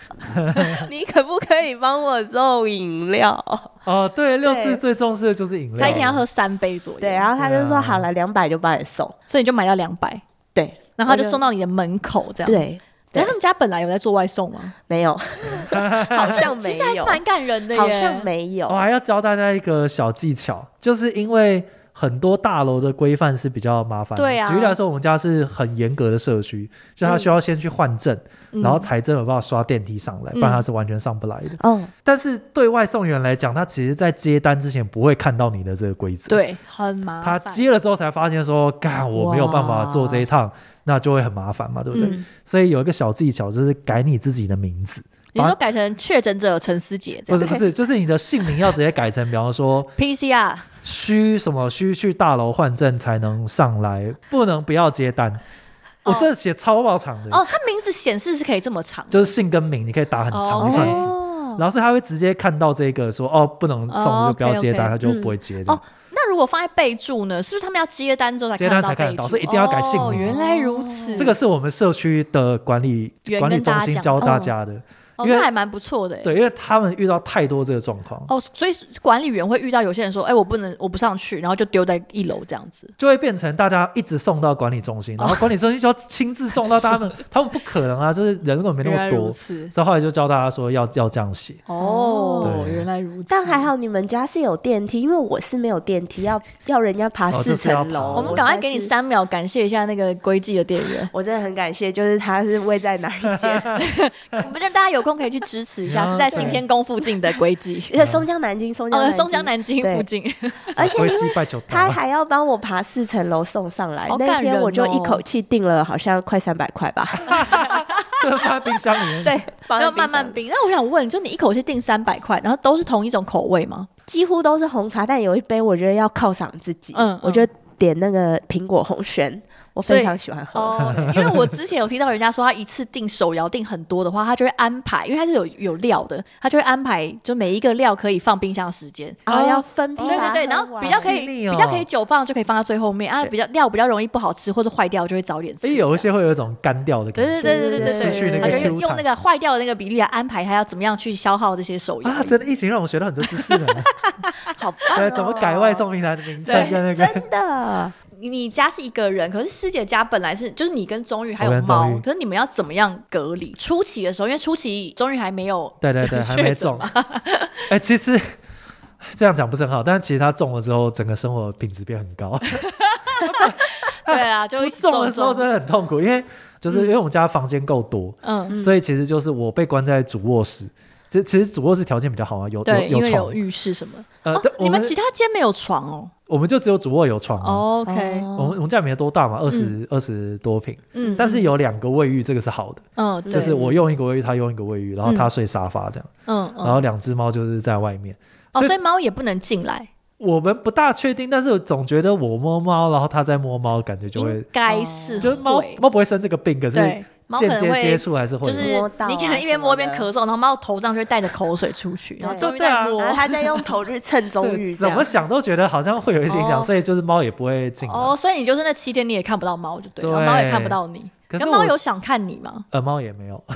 S3: 你可不可以帮我送饮料？”
S2: 哦，对，六四
S3: 对
S2: 最重视的就是饮料，
S1: 他一天要喝三杯左右，
S3: 对，然后他就
S2: 对
S3: 说：“
S2: 啊
S3: 好了，两百就帮你送。
S1: 所以你就买到两百，”
S3: 对，
S1: 然后他
S3: 我
S1: 就送到你的门口这样。，
S3: 对，
S1: 但他们家本来有在做外送吗？(laughs)
S3: 没有， (laughs) 好像
S1: 其
S3: 没
S1: 实还是
S3: 有，
S1: 蛮感人的耶，
S3: 好像没有
S2: 我、。哦还要教大家一个小技巧，就是因为很多大楼的规范是比较麻烦的。
S1: 对啊
S2: 举例来说，我们家是很严格的社区，就他需要先去换证，
S1: 嗯
S2: 然后才真有办法刷电梯上来，
S1: 嗯
S2: 不然他是完全上不来的。
S3: 哦，
S2: 但是对外送员来讲，他其实在接单之前不会看到你的这个规则。。
S1: 对，很麻
S2: 他
S1: 烦。
S2: 接了之后才发现说，干我没有办法做这一趟，那就会很麻烦嘛，对不对？
S1: 嗯
S2: 所以有一个小技巧就是改你自己的名字，
S1: 你说改成确诊者陈思杰这
S2: 不
S1: 样
S2: 是不是，就是你的姓名要直接改成，比方说
S1: PCR，
S2: 需什么需去大楼换证才能上来，不能不要接单。我
S1: 哦
S2: 这写超爆长的，
S1: 哦，他名字显示是可以这么长，
S2: 就是姓跟名，你可以打很长
S1: 哦
S2: 一串字。
S3: 哦，
S2: 然后是他会直接看到这个说哦不能送
S1: 哦
S2: 就不要接单，
S1: OK，OK
S2: 他就不会接的。
S1: 哦那如果放在备注呢？是不是他们要接单之后才
S2: 接
S1: 看
S2: 单
S1: 到
S2: 才看
S1: 备
S2: 得
S1: 注？
S2: 到所以一定要改姓
S1: 哦，
S2: 名
S1: 原来如此，
S2: 这个是我们社区的管理
S1: 员
S2: 管理
S1: 跟大
S2: 中
S1: 家
S2: 心
S1: 讲
S2: 教大
S3: 哦
S2: 家的，
S1: 哦，
S2: 因为
S1: 那还蛮不错的耶。
S2: 对，因为他们遇到太多这个状况，
S1: 哦，所以管理员会遇到有些人说，哎，我不能，我不上去，然后就丢在一楼这样子。
S2: 就会变成大家一直送到管理中心，
S1: 哦
S2: 然后管理中心就要亲自送
S1: (laughs)
S2: 到他们，他们不可能啊，就是人根本没那
S1: 原来
S2: 么多
S1: 如，此，
S2: 所以后来就教大家说要要这样写。
S1: 哦，
S2: 对
S1: 原来如此。
S3: 但还好你们家是有电梯，因为我是没有电梯，要要人家爬
S2: 哦
S3: 四
S2: 就是要
S3: 层楼。
S2: 爬
S1: 我们赶快给你
S3: 上。，
S1: 三秒，感谢一下那个规矩的店员 (laughs)
S3: 我真的很感谢，就是他是位在哪一间，
S1: 我们让大家有空可以去支持一下，
S2: (laughs) 嗯
S1: 是在新天宫附近的规 (laughs) 矩，
S3: 而且松江南京，松
S1: (laughs)
S3: 江
S1: 呃，
S3: 南京
S1: 松江，南京附近。
S3: 而且
S2: 我
S3: 因
S2: 会
S3: 为
S2: 祭拜九
S3: 他
S2: 大，
S3: 还要帮我爬四层楼送上来
S1: 好，
S3: 那
S1: 感人
S3: 天
S1: 哦
S3: 我就一口气订了好像快三百块吧，
S2: (laughs) 这个放在冰箱里面。
S3: (laughs) 对，放
S1: 然
S3: 在
S1: 后 (laughs) 哦
S3: 冰箱
S1: 慢慢冰。那我想问，就你一口气订三百块，然后都是同一种口味吗？
S3: 几乎都是红茶，但有一杯我觉得要犒赏自己，
S1: 嗯嗯
S3: 我就点那个苹果红轩，我
S1: 所以
S3: 非常喜欢喝，啊
S1: 哦，因为我之前有听到人家说，他一次订手摇订很多的话，他就会安排，因为他是有有料的，他就会安排就每一个料可以放冰箱的时间。
S3: 然后
S2: 哦
S3: 要分批
S1: 对
S3: 把它
S1: 对对，
S3: 喝
S1: 然后比
S3: 完
S1: 较可
S2: 好细
S1: 以、
S2: 腻哦
S1: 比较可以久放，就可以放到最后面啊。比较料比较容易不好吃或者坏掉，就会早点吃
S2: 哎，
S1: 这样。
S2: 有一些会有一种干掉的感
S1: 对对
S2: 觉。
S1: 对对对
S3: 失去
S1: 对
S3: 那
S1: 对，他就
S3: 个
S2: Q
S1: 用用
S2: 弹
S1: 那个坏掉的那个比例来啊安排，他要怎么样去消耗这些手摇
S2: 啊，
S1: 饮
S2: 真的，疫情让我学到很多知识
S1: (laughs)
S2: 呢。
S3: 好
S2: (laughs) 对，
S1: 哦
S3: 棒，
S2: 怎么改外？送平台的名称跟那个
S3: 真的，
S1: 你你家是一个人，可是师姐家本来是就是你跟钟玉还
S2: 我
S1: 有
S2: 跟钟
S1: 猫
S2: 玉，
S1: 可是你们要怎么样隔离？初期的时候，因为初期钟玉还没有
S2: 对对对，
S1: 就
S2: 还没
S1: 确诊
S2: 中。哎，其实这样讲不是很好，但其实他中了之后，整个生活品质变很高。
S1: 对啊， (laughs) 就一直
S2: (laughs) 中的时候
S1: 中
S2: 真的很痛苦，因为就是因为我们家房间够多，
S1: 嗯，
S2: 所以其实就是我被关在主卧室。其实其实主卧室条件比较好啊，有
S1: 对，因
S2: 有
S1: 为有
S2: 床。
S1: 浴室什么。
S2: 呃
S1: 哦，
S2: 对，我
S1: 你
S2: 们
S1: 们其他间没有床哦。
S2: 我们就只有主卧有床啊。
S1: (laughs) OK，
S2: 我
S3: 哦
S2: 们我们家没多大嘛，二十二十多平，
S1: 哦嗯，
S2: 但是有两个卫浴，这个是好的，
S1: 嗯，
S2: 就
S1: 对，
S2: 是我用一个卫浴，他用一个卫浴，然后
S1: 嗯
S2: 他睡沙发这样，
S1: 嗯
S2: 然后
S1: 嗯，
S2: 两只猫就是在外面。
S1: 哦，
S2: 所以
S1: 所以猫也不能进来，
S2: 我们不大确定，但是我总觉得我摸猫，然后他在摸猫，感觉就会哦
S1: 应，该是
S2: 就是猫
S1: 会
S2: 猫不会生这个病，可是
S1: 对猫可
S2: 间
S1: 能
S2: 接接
S1: 会
S2: 触还是会
S1: 就
S2: 有，
S1: 是
S3: 摸到啊
S1: 你可能一边摸一边咳嗽，然后猫头上就会带着口水出去，然后终于
S2: 对
S1: 在
S2: 啊
S3: 然后
S1: 摸。
S3: 他再用头去蹭
S2: 对
S3: 终于这
S2: 怎
S3: 样
S2: 么。想都觉得好像会有一些影响，
S1: 哦
S2: 所以就是猫也不会进来。
S1: 哦，所以你就是那七天你也看不到猫，就对了，
S2: 对
S1: 然后猫也看不到你。
S2: 可
S1: 可
S2: 是
S1: 猫
S2: 我
S1: 有想看你吗？
S2: 呃，猫也没有， (laughs)
S1: 它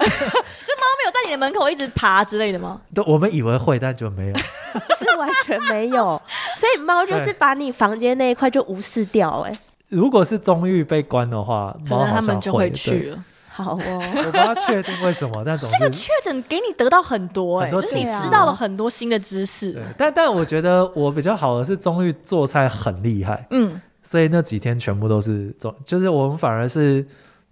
S1: 没有在你的门口一直爬之类的吗？
S2: 对，我们以为会，但就没有。
S3: (laughs) 是完全没有，所以猫就是把你房间那一块就无视掉、哎，
S2: 如果是中域被关的话，
S1: 可
S2: 猫
S1: 能
S2: 好
S1: 他
S2: 像
S1: 们就
S2: 会
S1: 会
S2: 对
S1: 去了。
S3: 好
S1: (laughs)
S3: 哦，
S2: 我不太确定为什么，但总之
S1: 这个确诊给你得到很多哎、
S2: 很多
S1: 就是你
S3: 启发
S1: 知道了很多新的知识
S2: 对。，但但我觉得我比较好的是中玉做菜很厉害，
S1: 嗯，
S2: 所以那几天全部都是中，就是我们反而是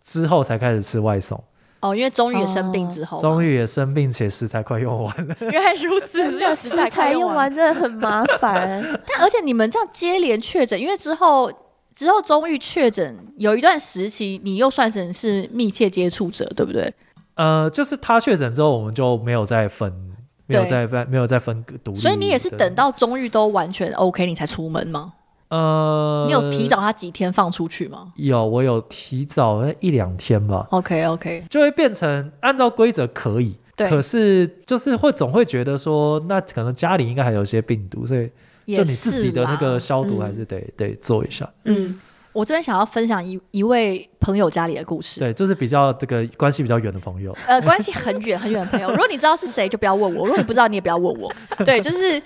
S2: 之后才开始吃外送。
S1: 哦，因为终于也生病之后嘛，
S2: 中玉也生病，且食材快用完了，
S1: 原来如
S3: (laughs)
S1: 此，是要食材快
S3: 材
S1: 用
S3: 用
S1: 完。
S3: 完真的很麻烦。
S1: 但而且你们这样接连确诊，因为之后之后终于确诊，有一段时期你又算成是密切接触者，对不对？
S2: 呃，就是他确诊之后，我们就没有再分，没有
S1: 对
S2: 再分，没有再分独立。
S1: 所以你也是
S2: 对
S1: 等到终于都完全 OK，你才出门吗？
S2: 呃，
S1: 你有提早他几天放出去吗
S2: 有，我有提早那一两天吧，
S1: ？OK OK，
S2: 就会变成按照规则可以，
S1: 对
S2: 可是就是会总会觉得说，那可能家里应该还有一些病毒，所以就
S1: 也
S2: 你
S1: 是
S2: 自己的那个
S1: 啦
S2: 消毒
S3: 嗯
S2: 还是得、得做一下。
S1: (laughs) 嗯，我这边想要分享一一位朋友家里的故事。
S2: 对，就是比较这个关系比较远的朋友，
S1: 呃，关系很远很远的朋友，如果你知道是谁，就不要问我；如果你不知道，你也不要问我。对，就是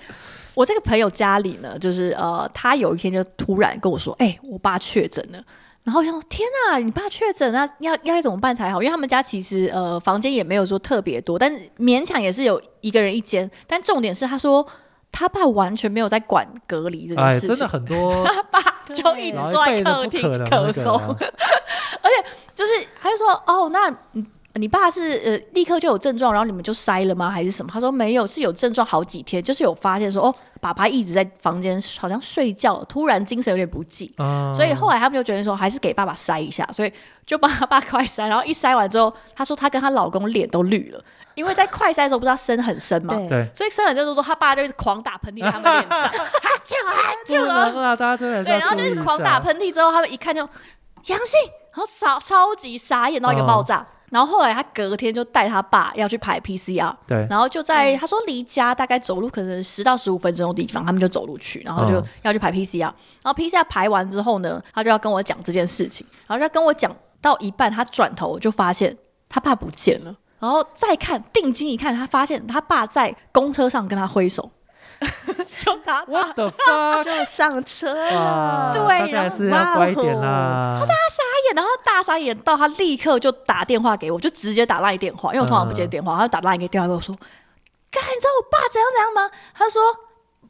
S1: 我这个朋友家里呢，就是呃，他有一天就突然跟我说：“哎、我爸确诊了。”然后我想说，天呐，你爸确诊啊，要要怎么办才好？因为他们家其实呃房间也没有说特别多，但勉强也是有一个人一间。但重点是，他说他爸完全没有在管隔离这件
S2: 哎，
S1: 事情，
S2: 真的很
S1: (laughs)
S2: 多
S1: 他爸就一直
S2: 老
S1: 坐
S2: 一
S1: 在
S2: 辈
S1: 客
S2: 的不
S1: 厅
S2: 可能
S1: 咳
S2: 那
S1: 嗽。
S2: 个啊，
S1: 就是他就说哦，那你你爸是呃立刻就有症状，然后你们就筛了吗？还是什么？他说没有，是有症状好几天，就是有发现说哦，爸爸一直在房间好像睡觉，突然精神有点不济。(laughs)
S2: 嗯
S1: 所以后来他们就决定说，还是给爸爸筛一下，所以就帮他爸快筛。然后一筛完之后，她说她跟她老公脸都绿了，因为在快筛的时候不知道深很深嘛，
S3: 嗯对
S2: 对，
S1: 所以深很深的时候，她爸就一直狂打喷嚏在他们脸上，啊救啊
S2: (laughs) 不
S1: 救啊！
S2: 能啦，大家真的还是
S1: 对，
S2: 要
S1: 然后就
S2: 注意
S1: 是
S2: 一
S1: 狂
S2: 下
S1: 打喷嚏之后，他们一看就阳性，然后超超级傻眼到一个爆
S2: 哦
S1: 炸。然后后来他隔天就带他爸要去排 PCR，
S2: 对嗯
S1: 然后就在他说离家大概走路可能十到十五分钟的地方，他们就走路去，然后就
S2: 嗯
S1: 要去排 PCR，、然后 PCR 排完之后呢，他就要跟我讲这件事情，然后他跟我讲到一半，他转头就发现他爸不见了，然后再看定睛一看，他发现他爸在公车上跟他挥
S2: (laughs)
S1: 手， (laughs) 就他爸 (laughs)
S2: ，What the fuck！
S3: 就上车
S2: 哇，
S3: 了，
S1: 对
S2: 大
S1: 然
S2: 家还
S1: 后
S2: 是要
S3: 哇
S2: 乖一点
S3: 哦
S2: 啦。 (laughs)
S1: 眼，哎然后大傻眼到他立刻就打电话给我，就直接打赖电话，因为我通常不接电话，他就打赖给电话跟我说：“干，你知道我爸怎样怎样吗？”他说：“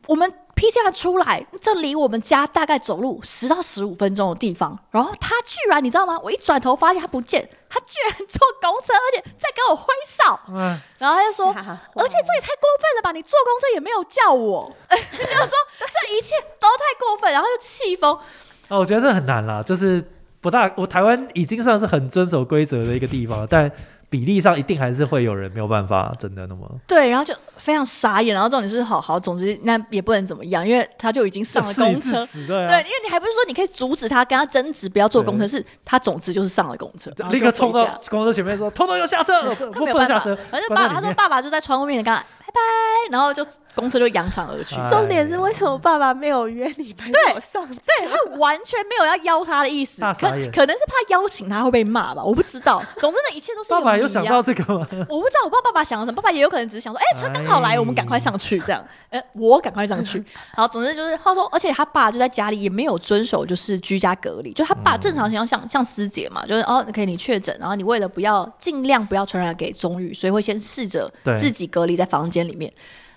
S1: 我们 PCR 出来，这离我们家大概走路十到十五分钟的地方，然后他居然你知道吗？我一转头发现他不见，他居然坐公车，而且在跟我挥手，
S2: 嗯，
S1: 然后他就说：“
S3: 吓坏
S1: 而且这也太过分了吧！你坐公车也没有叫我， (laughs) 就想说这一切都太过分，然后就气疯。”
S2: 哦，我觉得这很难啦，就是不大，我台湾已经算是很遵守规则的一个地方了，但比例上一定还是会有人没有办法，真的那么
S1: 对，然后就非常傻眼，然后重点是好好，总之那也不能怎么样，因为他就已经上了
S2: (laughs) 事已
S1: 公
S2: 至
S1: 车。
S2: 此对
S1: 对，
S2: 啊
S1: 因为你还不是说你可以阻止他，跟他争执，不要坐公车，是他总之就是上了公车，然后
S2: 立
S1: 就
S2: 刻冲
S1: 回
S2: 到
S1: 家
S2: 公车
S1: (laughs)
S2: 前面说：“通通要下车，
S1: 他
S2: 不
S1: 没有
S2: 不能
S1: 办
S2: 下
S1: 法
S2: 车。”，
S1: 反正
S2: 关
S1: 爸爸他
S2: 在里
S1: 说
S2: 面
S1: 爸爸就在窗户面前跟他拜拜，然后就公车就扬长而去。
S2: 哎
S3: 重点是为什么爸爸没有约你朋友上车？
S1: 对他完全没有要邀他的意思，
S2: 大
S1: 可
S2: 傻眼
S1: 可能是怕邀请他会被骂吧，我不知道。总之呢，一切都是一个
S2: 爸爸有
S1: 谜
S2: 想
S1: 啊
S2: 到
S1: (laughs)
S2: 这个吗？
S1: 我不知道，我不知道爸爸想了什么。爸爸也有可能只是想说，哎、车刚好来，
S2: 哎
S1: 我们赶快上去这样。呃，我赶快上去。好，总之就是他说，而且他爸就在家里也没有遵守就是居家隔离，就他爸正常情况像像师姐嘛，就是哦，可以你确诊，然后你为了不要尽量不要传染给宗宇，所以会先试着
S2: 对
S1: 自己隔离在房间里面。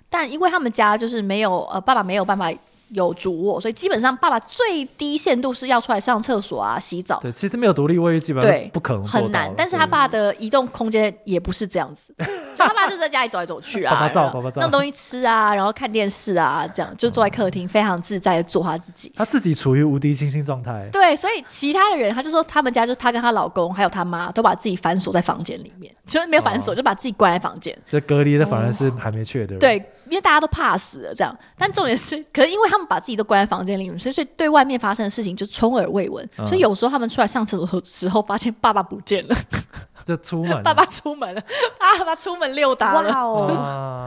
S1: 但因为他们家就是没有呃，爸爸没有办法。有主卧，所以基本上爸爸最低限度是要出来上厕所啊、洗澡，
S2: 对，其实没有独立卫浴，基本上
S1: 对
S2: 不可能做
S1: 很
S2: 到
S1: 难
S2: 了。
S1: 但是他
S2: 对
S1: 爸的移动空间也不是这样
S2: (laughs)
S1: 子，就他爸就在家里走来走去啊，
S2: 爸爸照
S1: 然后
S2: 爸爸照
S1: 弄东西吃啊，然后看电视啊，这样就坐在客厅，非常自在的做他自己。
S2: 他自己处于无敌清新状态。
S1: 对，所以其他的人，他就说他们家就他跟她老公还有他妈都把自己反锁在房间里面，就是没有反锁，
S2: 哦
S1: 就把自己关在房间。
S2: 这隔离的反而是还没确的，，
S1: 对，因为大家都怕死了这样。但重点是，可是因为他们把自己都关在房间里面，所以所以对外面发生的事情就充耳未闻。
S2: 嗯
S1: 所以有时候他们出来上厕所的时候，发现爸爸不见了，
S2: 就出门了
S1: 爸爸出门了， (laughs) 爸爸出门溜达了。
S3: 哇 哦！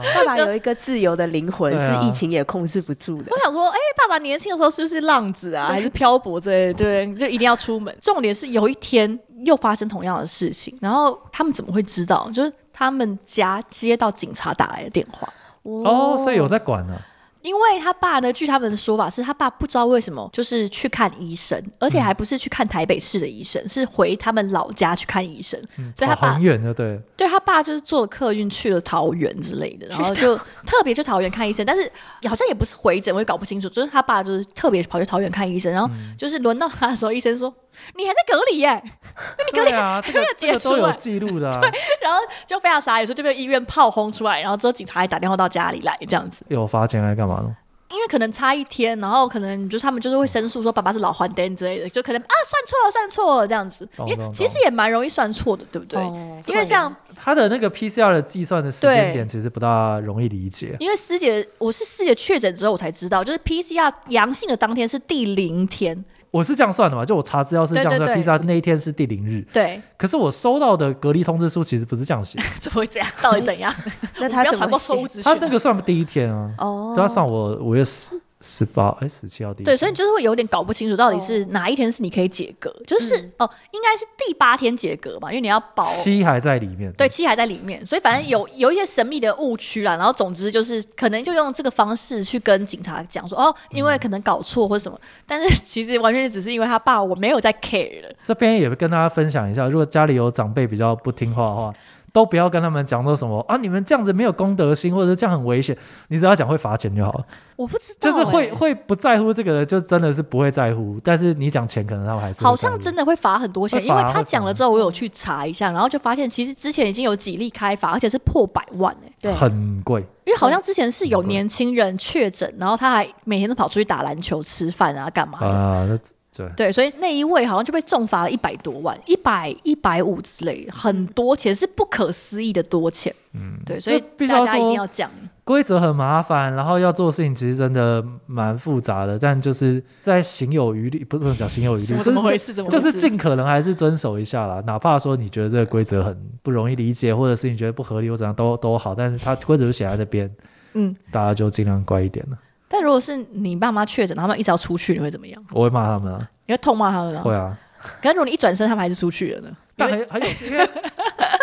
S2: (laughs) 啊，
S3: 爸爸有一个自由的灵魂，
S2: 对
S3: 是
S2: 啊
S3: 疫情也控制不住的
S1: 我。想说，哎、爸爸年轻的时候是不是浪子啊，还是漂泊之类的？对，就一定要出门。重点是有一天又发生同样的事情，然后他们怎么会知道？就是他们家接到警察打来的电话，
S2: 哦，所以有在管呢。
S1: 因为他爸呢，据他们的说法是，他爸不知道为什么就是去看医生，而且还不是去看台北市的医生，是回他们老家去看医生，
S2: 嗯
S1: 所以他
S2: 哦
S1: 把
S2: 很远，就对，
S1: 对他爸就是坐客运去了桃园之类的，然后就特别去桃园看医生，但是好像也不是回诊，我也搞不清楚。就是他爸就是特别跑去桃园看医生，然后就是轮到他的时候，医生说你还在隔离耶、 (laughs) 隔离
S2: 对
S1: (laughs)
S2: 啊，这个
S1: 隔离
S2: 这个都
S1: 结束
S2: 有
S1: 了
S2: 记录的啊，
S1: 然后就非常傻眼，说就被医院炮轰出来，然后之后警察还打电话到家里来这样子。
S2: 有罚钱还干嘛呢？
S1: 因为可能差一天，然后可能就是他们就是会申诉说爸爸是老黄灯之类的，就可能啊算错了算错了这样子，
S2: 懂
S1: 因为
S2: 懂
S1: 其实也蛮容易算错的，对不对？
S3: 哦
S1: 因为像
S2: 它的那个 PCR 的计算的时
S1: 对
S2: 间点其实不大容易理解。
S1: (laughs) 因为师姐我是师姐确诊之后我才知道，就是 PCR 阳性的当天是第零天，
S2: 我是这样算的嘛，就我查资料是这样
S1: 对对
S2: 算
S1: 对
S2: ，PCR 那一天是第零日，
S1: 对，
S2: 可是我收到的隔离通知书其实不是这样写，
S1: (laughs) 怎么会这样？到底怎 (laughs) 样？
S3: 那
S1: 我
S3: 他
S1: 不要
S3: 怎
S1: 传播
S3: 么
S1: 错误
S3: 写？
S1: 资
S2: 他
S1: 讯。
S2: 那个算第一天啊，
S3: 哦，
S2: 都要上我五月十十八哎十七号第一
S1: 对，
S2: 天，
S1: 所以你就是会有点搞不清楚到底是哪一天是你可以解隔，就是哦、应该是第八天解隔嘛，因为你要保
S2: 七还在里面，
S1: 对，七还在里面，所以反正有有一些神秘的误区啦。然后总之就是，可能就用这个方式去跟警察讲说，哦，因为可能搞错或者什么，但是其实完全只是因为他爸我没有在 care 了。
S2: 这边也跟大家分享一下，如果家里有长辈比较不听话的话，都不要跟他们讲说什么啊，你们这样子没有公德心，或者是这样很危险。你只要讲会罚钱就好
S1: (laughs)
S2: 了，
S1: 我不知道、
S2: 就是会
S1: 欸
S2: 会不在乎这个的，就真的是不会在乎。但是你讲钱，可能他们还是会
S1: 好
S2: 在
S1: 像
S2: 乎
S1: 真的会罚很多钱，
S2: 会
S1: 因
S2: 罚
S1: 为他
S2: 会
S1: 讲
S2: 罚
S1: 了之后，我有去查一下，然后就发现其实之前已经有几例开罚，而且是破百万哎、
S3: 对
S2: 很贵，
S1: 因为好像之前是有年轻人确诊，然后他还每天都跑出去打篮球、吃饭啊、干嘛的。
S2: 啊，那对，
S1: 对，所以那一位好像就被重罚了一百多万，一百一百五之类，很多钱是不可思议的多钱。嗯，对，所以
S2: 这必须
S1: 大
S2: 要
S1: 家一
S2: 说
S1: 定要讲。
S2: 规则很麻烦，然后要做的事情其实真的蛮复杂的，但就是在行有余力，不不能讲行有余力，
S1: 什么
S2: 就
S1: 怎
S2: 是
S1: 么回事怎么回
S2: 就是
S1: 事
S2: 尽可能还是遵守一下啦，哪怕说你觉得这个规则很不容易理解，或者是你觉得不合理或怎样都都好，但是它规则就写在那边，
S1: 嗯，
S2: 大家就尽量乖一点了。
S1: 但如果是你爸妈确诊，他们一直要出去，你会怎么样？
S2: 我会骂他们啊，
S1: 你会痛骂他们吗？
S2: 会。啊，
S1: 可是如果你一转身，他们还是出去了呢？
S2: 但很很有趣，因为 (laughs)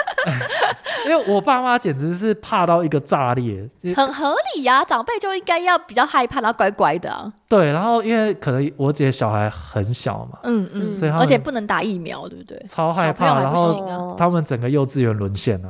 S2: 因为我爸妈简直是怕到一个炸裂，就
S1: 很合理呀、长辈就应该要比较害怕，然后乖乖的啊。
S2: 对，然后因为可能我姐小孩很小嘛，
S1: 嗯嗯，
S2: 所以他们
S1: 而且不能打疫苗，对不对？
S2: 超害
S1: 小朋友
S2: 怕，
S1: 还
S2: 然
S1: 不
S2: 后
S1: 行啊
S3: 哦
S2: 他们整个幼稚园沦陷了、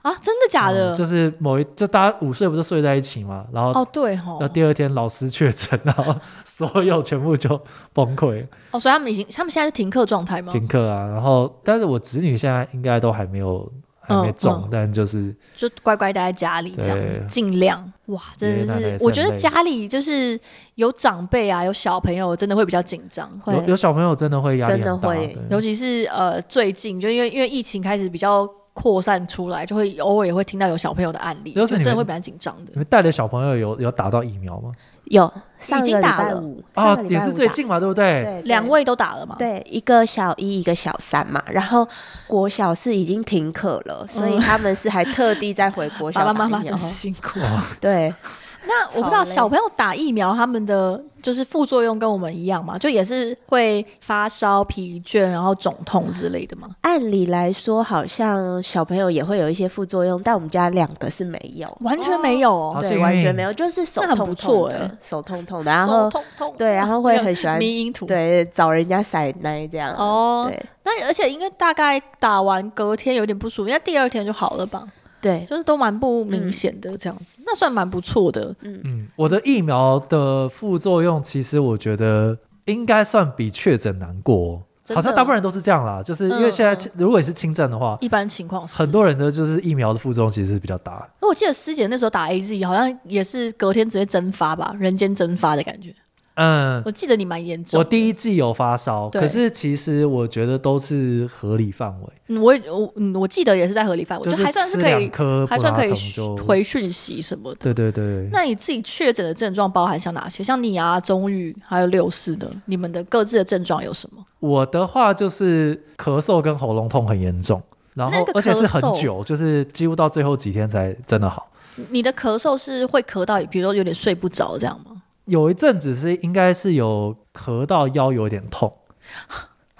S1: 啊，真的假的？
S2: 嗯就是某一就大家午睡不就睡在一起嘛，然后
S1: 哦，对吼
S2: 到、，第二天老师确诊，然后 (laughs) 所有全部就崩溃
S1: 哦，所以他们已经，他们现在是停课状态
S3: 哦
S1: 吗？
S2: 停课啊，然后但是我子女现在应该都还没有还没
S1: 嗯
S2: 中，
S1: 嗯
S2: 但就是
S1: 就乖乖待在家里这样子
S2: 对，
S1: 尽量哇，真
S2: 爷爷奶奶也
S1: 的是，
S2: 是很
S1: 我觉得
S2: 累
S1: 家里就是有长辈啊，有小朋友，真的会比较紧张，
S3: 会
S2: 有有小朋友真的会压力
S3: 真的
S2: 很大，
S3: 会
S2: 对
S1: 尤其是呃最近，就因为因为疫情开始比较扩散出来，就会偶尔也会听到有小朋友的案例，
S2: 要
S1: 就是真的
S2: 你们
S1: 会蛮紧张的
S2: 你。们带的小朋友有有打到疫苗吗？
S3: 有上个
S1: 经
S3: 礼
S1: 打
S3: 拜
S1: 了
S3: 五上
S2: 啊
S3: 个，礼
S2: 也
S3: 拜
S2: 是
S3: 五
S2: 最
S3: 打
S2: 近嘛，对不对？
S3: 对
S1: 两
S3: 对
S1: 位都打了吗？
S3: 对，一个小一，一个小三嘛。然后国小是已经停课了，所以他们是还特地再回国小
S1: 哦爸爸
S3: 打
S1: 妈妈
S3: 疫
S1: 真
S3: 苗
S1: 是辛苦。
S3: 对， (laughs)
S1: 那我不知道
S3: 超累
S1: 小朋友打疫苗，他们的就是副作用跟我们一样嘛，就也是会发烧、疲倦，然后肿痛之类的吗？
S3: 按理来说好像小朋友也会有一些副作用，但我们家两个是没有，
S1: 完全没有哦
S2: 好，幸
S3: 对，
S2: 运
S3: 完全没有，就是手
S1: 那很不
S3: 痛
S1: 错
S3: 痛的，
S1: 欸
S3: 手痛痛的，然
S1: 手
S3: 后
S1: 痛痛
S3: 对，然后会
S1: 那个
S3: 很喜欢
S1: (laughs) 迷因图。
S3: 对找人家塞奶这样。
S1: 哦
S3: 对
S1: 那而且应该大概打完隔天有点不舒服，那第二天就好了吧？
S3: 对，
S1: 就是都蛮不明显的这样子，那算蛮不错的。
S2: 嗯，我的疫苗的副作用，其实我觉得应该算比确诊难过哦、
S1: 真的
S2: 好像大部分人都是这样啦，就是因为现在、
S1: 嗯
S2: 如果你是轻症的话，
S1: 一般情况是，
S2: 很多人的就是疫苗的副作用其实是比较大的。
S1: 因为我记得师姐那时候打 A Z 好像也是隔天直接蒸发吧，人间蒸发的感觉。
S2: 嗯，
S1: 我记得你蛮严重的。
S2: 我第一季有发烧，
S1: 对
S2: 可是其实我觉得都是合理范围，
S1: 嗯，我也我嗯，我记得也是在合理范围，
S2: 就
S1: 就还算
S2: 吃
S1: 是可
S2: 两
S1: 以，
S2: 颗
S1: 还算可以
S2: 就
S1: 回讯息什么的。
S2: 对对对，
S1: 那你自己确诊的症状包含像哪些？像你啊、钟宇还有六四的，你们的各自的症状有什么？
S2: 我的话就是咳嗽跟喉咙痛很严重，然后
S1: 那个
S2: 而且是
S1: 咳
S2: 很
S1: 嗽
S2: 久，就是几乎到最后几天才真的好。
S1: 你的咳嗽是会咳到，比如说有点睡不着这样吗？
S2: 有一阵子是应该是有咳到腰有点痛，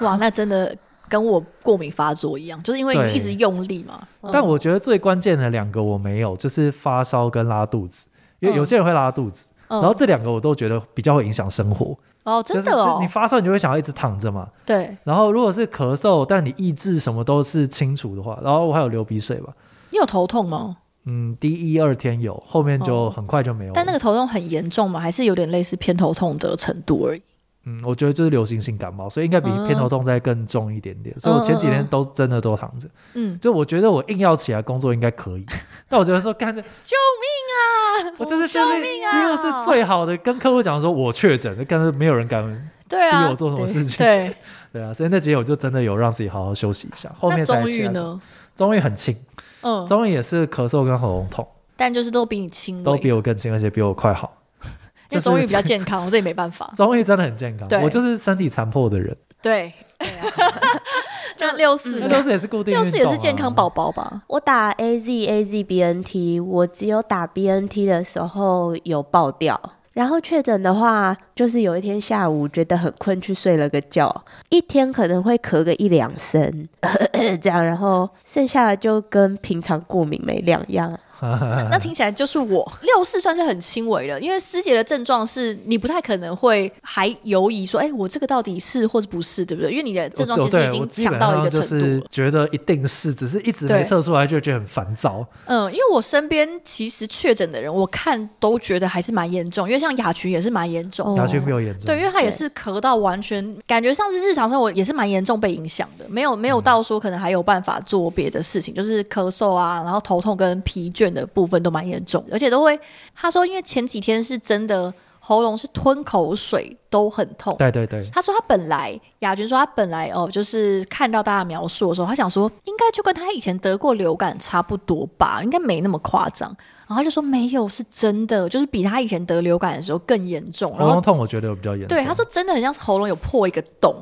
S1: 哇，那真的跟我过敏发作一样，就是因为
S2: 对
S1: 你一直用力嘛。嗯
S2: 但我觉得最关键的两个我没有，就是发烧跟拉肚子，因为有些人会拉肚子，
S1: 嗯
S2: 然后这两个我都觉得比较会影响生活。
S1: 哦，真的
S2: 就是就
S1: 哦
S2: 你，发烧你就会想要一直躺着嘛，
S1: 对，
S2: 然后如果是咳嗽，但你意志什么都是清楚的话，然后我还有流鼻水吧，
S1: 你有头痛吗？
S2: 嗯，第一二天有，后面就
S1: 哦
S2: 很快就没有了。
S1: 但那个头痛很严重吗？还是有点类似偏头痛的程度而已？
S2: 嗯，我觉得就是流行性感冒，所以应该
S1: 嗯
S2: 比偏头痛再更重一点点。所以我前几天都真的都躺着，
S1: 嗯，
S2: 就我觉得我硬要起来工作应该
S1: (laughs)
S2: 可以。但我觉得说干的，
S1: 救命啊！
S2: 我真的
S1: 救
S2: 就是
S1: 命
S2: 几
S1: 啊！
S2: 乎是最好的，跟客户讲说我确诊，但是没有人敢
S1: 对
S2: 逼我
S1: 啊，
S2: 做什么事情。
S1: 对。
S2: 对啊，所以那几天我就真的有让自己好好休息一下， (laughs) 后
S1: 那
S2: 面才
S1: 终
S2: 起
S1: 于
S2: 来。
S1: 呢？
S2: 终于很轻，
S1: 嗯，
S2: 终于也是咳嗽跟喉咙痛，
S1: 但就是都比你轻微，
S2: 都比我更轻，而且比我快好。
S1: 因为
S2: 就是
S1: 终于比较健康，我这也没办
S2: (laughs)
S1: 法。
S2: 终于真的很健康
S1: 对，
S2: 我就是身体残破的人，啊
S1: 对， (laughs) 那六四
S2: 那
S1: 呢
S2: 都是也是固定
S1: 六
S2: 运动啊、
S1: 四也是健康宝宝吧？
S3: 我打 A Z A Z B N T，我只有打 B N T 的时候有爆掉，然后确诊的话，就是有一天下午觉得很困，去睡了个觉，一天可能会咳个一两声， (clears throat) 这样，然后剩下的就跟平常过敏没两样。
S2: 嗯
S1: 那听起来就是我六四算是很轻微的，因为师姐的症状是你不太可能会还犹疑说，哎、我这个到底是或者不是，对不对？因为你的症状
S2: 我
S1: 其实已
S2: 对我
S1: 经
S2: 基
S1: 强
S2: 本
S1: 到一个
S2: 上就
S1: 程度
S2: 是
S1: 了。
S2: 觉得一定是，只是一直
S1: 对
S2: 没测出来，就觉得很烦躁。
S1: 嗯，因为我身边其实确诊的人，我看都觉得还是蛮严重，因为像雅群也是蛮严重。
S3: 哦
S2: 牙菌没有严重，
S1: 对，因为他也是咳到完全，感觉上次日常生活也是蛮严重被影响的，没有没有到说可能还有办法做别的事情，就是咳嗽啊，然后头痛跟疲倦的部分都蛮严重的，而且都会他说，因为前几天是真的喉咙是吞口水都很痛。
S2: 对对对，
S1: 他说他本来雅君说他本来哦，就是看到大家描述的时候，他想说应该就跟他以前得过流感差不多吧，应该没那么夸张。然后他就说没有，是真的，就是比他以前得流感的时候更严重。然
S2: 喉
S1: 后
S2: 咙痛我觉得有比较严重。
S1: 对，他说真的很像是喉咙有破一个洞，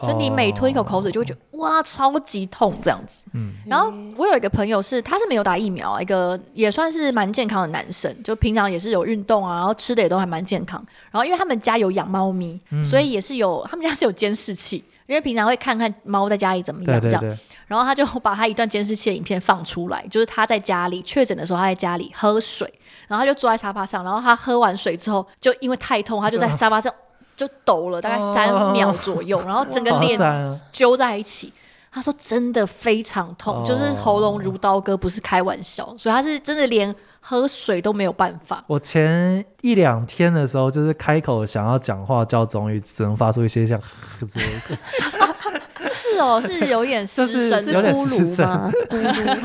S2: 哦
S1: 所以你每吞一口口水就会觉得、哇超级痛这样子。
S2: 嗯
S1: 然后我有一个朋友是，他是没有打疫苗啊，一个也算是蛮健康的男生，就平常也是有运动啊，然后吃的也都还蛮健康。然后因为他们家有养猫咪，
S2: 嗯
S1: 所以也是有他们家是有监视器。因为平常会看看猫在家里怎么
S2: 对
S1: 样这
S2: 对
S1: 样，
S2: 对，
S1: 然后他就把他一段监视器的影片放出来，就是他在家里确诊的时候，他在家里喝水，然后他就坐在沙发上，然后他喝完水之后，就因为太痛，他就在 (laughs) 沙发上就抖了大概三秒左右，然后整个
S2: 好
S1: 脸
S2: 赞啊
S1: 揪在一起。他说真的非常痛，
S2: 哦
S1: 就是喉咙如刀割，不是开玩笑，所以他是真的连喝水都没有办法。
S2: 我前一两天的时候，就是开口想要讲话叫终于只能发出一些像 (laughs) 之类
S1: (laughs)
S2: 的，
S1: 是哦，是哦有点失
S2: 就是
S1: 声
S2: 有点
S1: 咕噜
S2: 失声
S1: 吗？
S3: 咕 (laughs) 噜，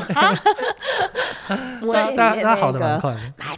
S2: (laughs)
S3: 我
S1: 所以
S3: 里
S2: 大
S3: 面
S2: 家好
S3: 那
S2: 的蛮
S3: 个
S2: 快的，
S3: My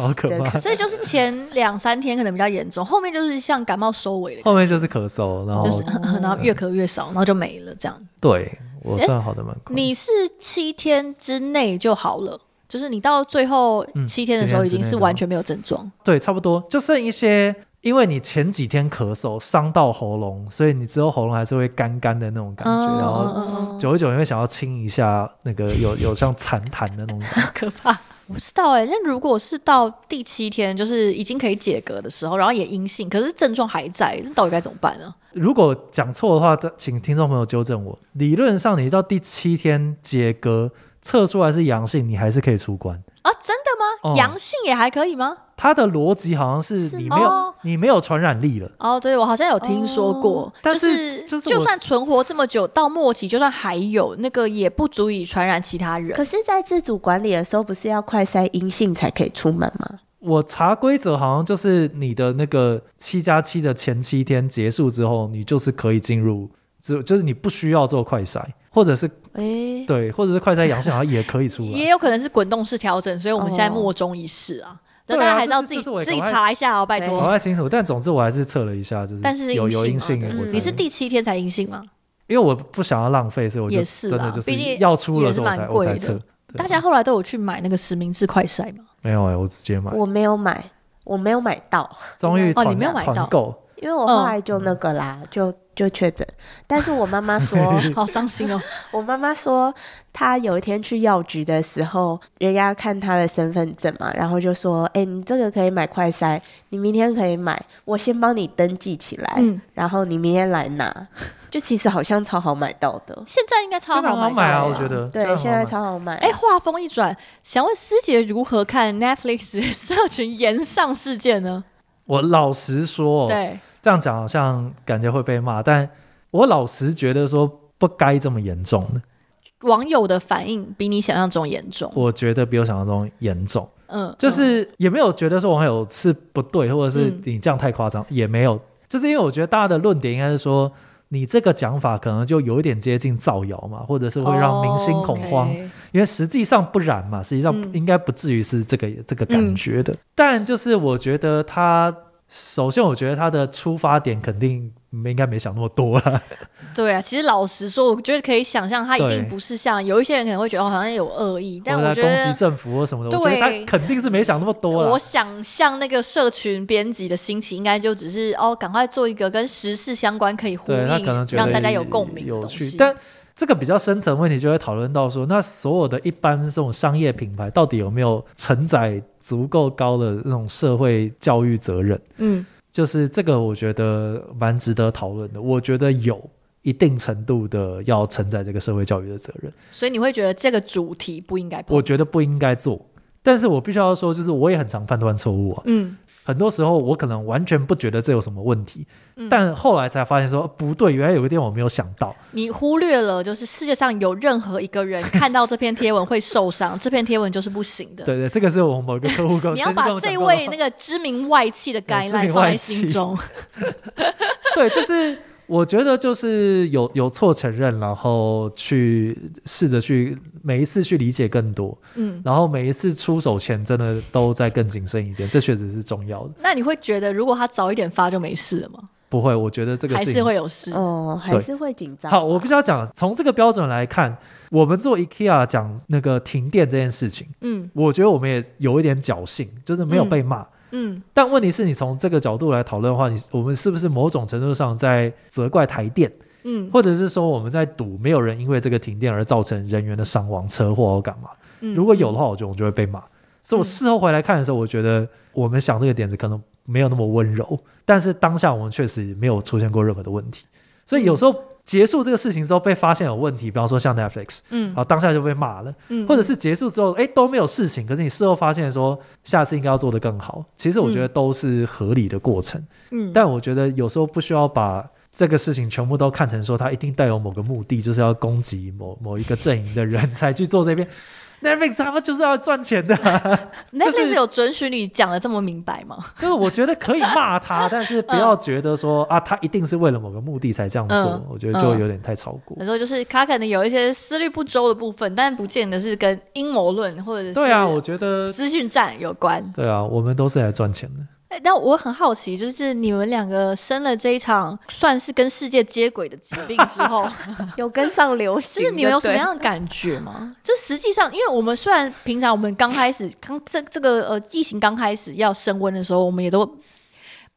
S2: (laughs) 好
S1: (laughs)
S2: 可怕。
S1: 所以就是前两三天可能比较严重，后面就是像感冒收尾的感觉
S2: 后面就是咳嗽，然后
S1: 就是、然后越咳越少，然后就没了这样。
S2: 对我算好的蛮快。
S1: 你是七天之内就好了，就是你到最后
S2: 嗯
S1: 七天的时候已经
S2: 七天
S1: 是
S2: 之内
S1: 完全没有症状。
S2: 对，差不多就剩一些，因为你前几天咳嗽伤到喉咙，所以你之后喉咙还是会干干的那种感觉，
S1: 嗯嗯
S2: 然后
S1: 嗯嗯
S2: 久一久你会想要清一下那个有有像残痰的那种感觉。
S1: 可怕。我不知道哎、那如果是到第七天，就是已经可以解隔的时候，然后也阴性，可是症状还在，那到底该怎么办呢、
S2: 如果讲错的话，请听众朋友纠正我。理论上你到第七天解隔测出来是阳性，你还是可以出关。
S1: 啊？真的吗？
S2: 哦
S1: 阳、性也还可以吗？
S2: 它的逻辑好像是
S3: 是
S2: 你
S3: 吗
S2: 没有、
S1: 哦
S2: 你没有传染力了。
S1: 哦，对，我好像有听说过，
S2: 哦但
S1: 是
S2: 是就是
S1: 就
S2: 我
S1: 算存活这么久，到末期就算还有那个，也不足以传染其他人。
S3: 可是，在自主管理的时候，不是要快筛阴性才可以出门吗？
S2: 我查规则好像就是你的那个七加七的前七天结束之后，你就是可以进入，就就是你不需要做快筛，
S1: (laughs)
S2: 或者是
S3: 哎、
S2: 对，或者是快筛阳性好像也可以出
S1: 也
S2: 来。
S1: 有可能是滚动式调整，所以我们现在
S3: 哦
S1: 莫衷一是啊。那
S2: 对啊
S1: 大家还是要自
S2: 这
S1: 己
S2: 是这是我也
S1: 自己
S2: 赶快哎
S1: 查一下哦，拜
S2: 我不
S1: 托。
S2: 太清楚，但总之我还是测了一下，就是
S1: 但是
S2: 有有
S1: 阴
S2: 阴
S1: 性
S2: 性
S1: 嘛
S2: 的
S1: 对
S2: 我才
S1: 你是第七天才阴性吗？
S2: 因为我不想要浪费，所以我就
S1: 也是啦
S2: 真的就
S1: 毕竟
S2: 是要出
S1: 也
S2: 了
S1: 是
S2: 之后我才
S1: 蛮
S2: 我
S1: 贵的
S2: 才测。对
S1: 大家后来都有去买那个实名制快筛
S2: (laughs)
S1: 吗？
S2: 没有哎、我直接买，
S3: 我没有买，我没有买到，
S2: 终于
S1: 哦
S2: 团
S1: 你没有买到
S2: 团购，
S3: 因为我后来就那个啦，就就确诊。但是我妈妈说，
S1: 好伤心哦！
S3: 我妈妈说，她有一天去药局的时候，人家看她的身份证嘛，然后就说：“哎、你这个可以买快筛，你明天可以买，我先帮你登记起来，
S1: 嗯
S3: 然后你明天来拿。”就其实好像超好买到的，
S1: 现在应该超
S2: 现在
S1: 好
S2: 好
S1: 嗯买
S2: 买啊，
S1: 到
S2: 我
S1: 了啦
S2: 觉。得
S3: 对，现在
S2: 超
S3: 超好买。
S1: 哎，话锋一转，想问师姐如何看 Netflix (laughs) 社群延上事件呢？
S2: 我老实说、哦，
S1: 对，
S2: 这样讲好像感觉会被骂，但我老实觉得说不该这么严重
S1: 嗯
S2: 的，
S1: 网友的反应比你想象中严重。
S2: 我觉得比我想象中严重，
S1: 嗯，
S2: 就是也没有觉得说网友是不对，或者是
S1: 嗯
S2: 你这样太夸张，也没有。就是因为我觉得大家的论点应该是说，你这个讲法可能就有一点接近造谣嘛，或者是会让明星恐慌。
S1: 哦，OK
S2: 因为实际上不然嘛，实际上
S1: 嗯
S2: 应该不至于是这个、这个感觉的。但就是我觉得他，首先我觉得他的出发点肯定没应该没想那么多啦。
S1: 对啊，其实老实说，我觉得可以想象，他一
S2: 对
S1: 定不是像有一些人可能会觉得哦，好像有恶意，但
S2: 或
S1: 我
S2: 者
S1: 觉
S2: 在攻击
S1: 得。
S2: 政府或什么的，我觉得
S1: 对
S2: 他肯定是没想那么多
S1: 我
S2: 啦。
S1: 想象那个社群编辑的心情，应该就只是哦，赶快做一个跟时事相关可以呼
S2: 对他
S1: 应
S2: 可能，觉得
S1: 让大家有共鸣的
S2: 有
S1: 东
S2: 趣
S1: 西。，
S2: 但这个比较深层问题就会讨论到说，那所有的一般这种商业品牌到底有没有承载足够高的那种社会教育责任？
S1: 嗯，
S2: 就是这个，我觉得蛮值得讨论的。我觉得有一定程度的要承载这个社会教育的责任，
S1: 所以你会觉得这个主题不应该碰
S2: 我觉得不应该做。但是我必须要说，就是我也很常判断错误啊。
S1: 嗯，
S2: 很多时候我可能完全不觉得这有什么问题，
S1: 嗯
S2: 但后来才发现说不对，原来有一点我没有想到。
S1: 你忽略了，就是世界上有任何一个人看到这篇贴文会受
S2: (laughs)
S1: 伤，这篇贴文就是不行的。
S2: 对对，这个是我们某一个客户跟我
S1: 你要把这位那个知名外企的
S2: (laughs) 对
S1: 该
S2: 知
S1: 来
S2: 名
S1: 放
S2: 外
S1: 在心
S2: 企
S1: 中。
S2: (laughs) 对，就是我觉得就是有有错承认，然后去试着去每一次去理解更多，
S1: (laughs) 嗯，
S2: 然后每一次出手前真的都再更谨慎一点，这确实是重要的。
S1: 那你会觉得，如果他早一点发就没事了吗？
S2: 不会，我觉得这个
S1: 还
S2: 事
S1: 是
S2: 情
S1: 会有事？
S3: 哦，还
S2: 对
S3: 是会紧张。
S2: 好，我必须要讲，从这个标准来看，我们做 IKEA 讲那个停电这件事情，
S1: 嗯
S2: 我觉得我们也有一点侥幸，就是没有被骂。
S1: 嗯，
S2: 但问题是你从这个角度来讨论的话，你我们是不是某种程度上在责怪台电，
S1: 嗯
S2: 或者是说我们在赌没有人因为这个停电而造成人员的伤亡、车祸或干嘛？
S1: 嗯，
S2: 如果有的话，我觉得我就会被骂。所以我事后回来看的时候，我觉得我们想这个点子可能没有那么温柔，但是当下我们确实没有出现过任何的问题。所以有时候结束这个事情之后被发现有问题，比方说像 Netflix，
S1: 嗯，
S2: 好，当下就被骂了，
S1: 嗯，
S2: 啊或者是结束之后哎都没有事情，可是你事后发现说下次应该要做得更好。其实我觉得都是合理的过程，
S1: 嗯，
S2: 但我觉得有时候不需要把。这个事情全部都看成说他一定带有某个目的，就是要攻击某某一个阵营的人才去做这边。Netflix (laughs) 他们就是要赚钱
S1: (laughs)
S2: 的、
S1: Netflix
S2: 就是
S1: 有准许你讲的这么明白吗？
S2: 就是我觉得可以骂他，但是不要觉得说、啊，他一定是为了某个目的才这样做，
S1: 嗯
S2: 我觉得就有点太超过。
S1: 有时候就是他可能有一些思虑不周的部分，但不见得是跟阴谋论或者嗯是
S2: 对啊，我觉得
S1: 资讯战有关。
S2: 对啊，我们都是来赚钱的。
S1: 哎但我很好奇，就是你们两个生了这一场算是跟世界接轨的疾病之后，
S3: 有跟
S1: (laughs)
S3: 上流
S1: 就
S3: 行，
S1: 是你们有什么
S3: 对
S1: 样的感觉吗？ (laughs) 就实际上，因为我们虽然平常我们刚开始刚这这个呃疫情刚开始要升温的时候，我们也都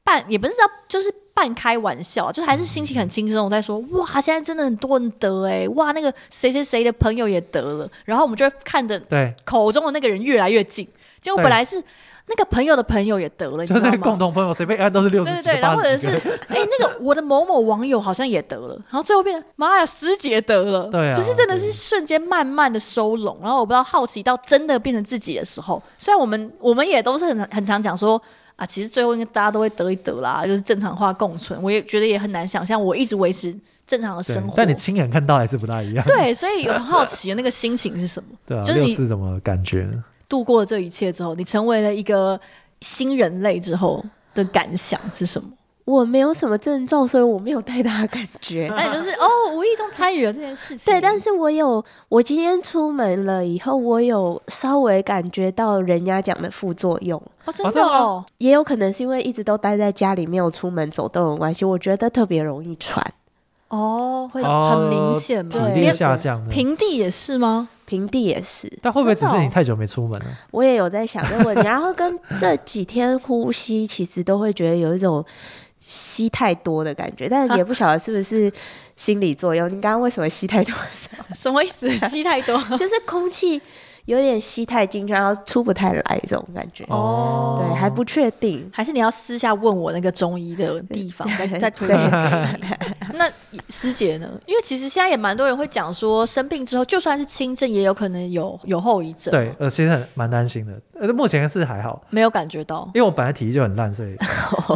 S1: 半也不是叫就是半开玩笑，就是还是心情很轻松，在说哇，现在真的很多人得哎、哇，那个谁谁谁的朋友也得了，然后我们就会看着
S2: 对，
S1: 口中的那个人越来越近，结果
S2: 对
S1: 本来是那个朋友的朋友也得了，你知
S2: 就是
S1: 道
S2: 那个共
S1: 吗？
S2: 同朋友随便按哎都是六
S1: 对对
S2: 十几个、
S1: 对，然后
S2: 八
S1: 或者
S2: 十几
S1: 是
S2: 个。
S1: 哎、那个我的某某网友好像也得了，然后最后变成妈呀，师姐得了，
S2: 对啊
S1: 就是真的是瞬间慢慢的收拢，然后我不知道好奇到真的变成自己的时候，虽然我们我们也都是很很常讲说啊，其实最后应该大家都会得一得啦，就是正常化共存，我也觉得也很难想象我一直维持正常的
S2: 对
S1: 生活，
S2: 但你亲眼看到还是不大一样。
S1: 对，所以我很好奇的那个心情是什么？
S2: 对啊，
S1: 就是
S2: 六
S1: 你
S2: 四怎么感觉呢？
S1: 度过了这一切之后，你成为了一个新人类之后的感想是什么？
S3: 我没有什么症状，所以我没有太大的感觉。
S1: (laughs) 那你就是哦，无意中参与了这件事情。
S3: 对，但是我有，我今天出门了以后，我有稍微感觉到人家讲的副作用，
S1: 哦，真
S2: 哦
S1: 的
S2: 真的吗
S1: 哦，
S3: 也有可能是因为一直都待在家里没有出门走动的关系，我觉得特别容易传。
S1: 哦，会
S2: 哦
S1: 很明显
S2: 体
S1: 嘛，
S3: 对
S2: 力
S1: 连
S2: 下降的。
S1: 平地也是吗？
S3: 平地也是，
S2: 但会不会只是
S1: 真的
S2: 你
S1: 哦
S2: 太久没出门了？
S3: 我也有在想这
S1: (laughs)
S3: 个问题，然后跟这几天呼吸其实都会觉得有一种吸太多的感觉，但也不晓得是不是心理作用。你刚刚为什么吸太多？
S1: (laughs) 什么意思？吸太 (laughs) 多
S3: (laughs) 就是空气有点吸太进去，然后出不太来这种感觉。
S1: 哦
S3: 对，还不确定。
S1: 还是你要私下问我那个中医的地方，再再推
S3: 对
S1: 荐给你。那师姐呢？因为其实现在也蛮多人会讲说，生病之后就算是轻症，也有可能有有后遗症，
S2: 对，，呃，其实很蛮担心的。呃，目前是还好，。
S1: 没有感觉到
S2: 因为我本来体力就很烂，
S1: (laughs)
S2: 所以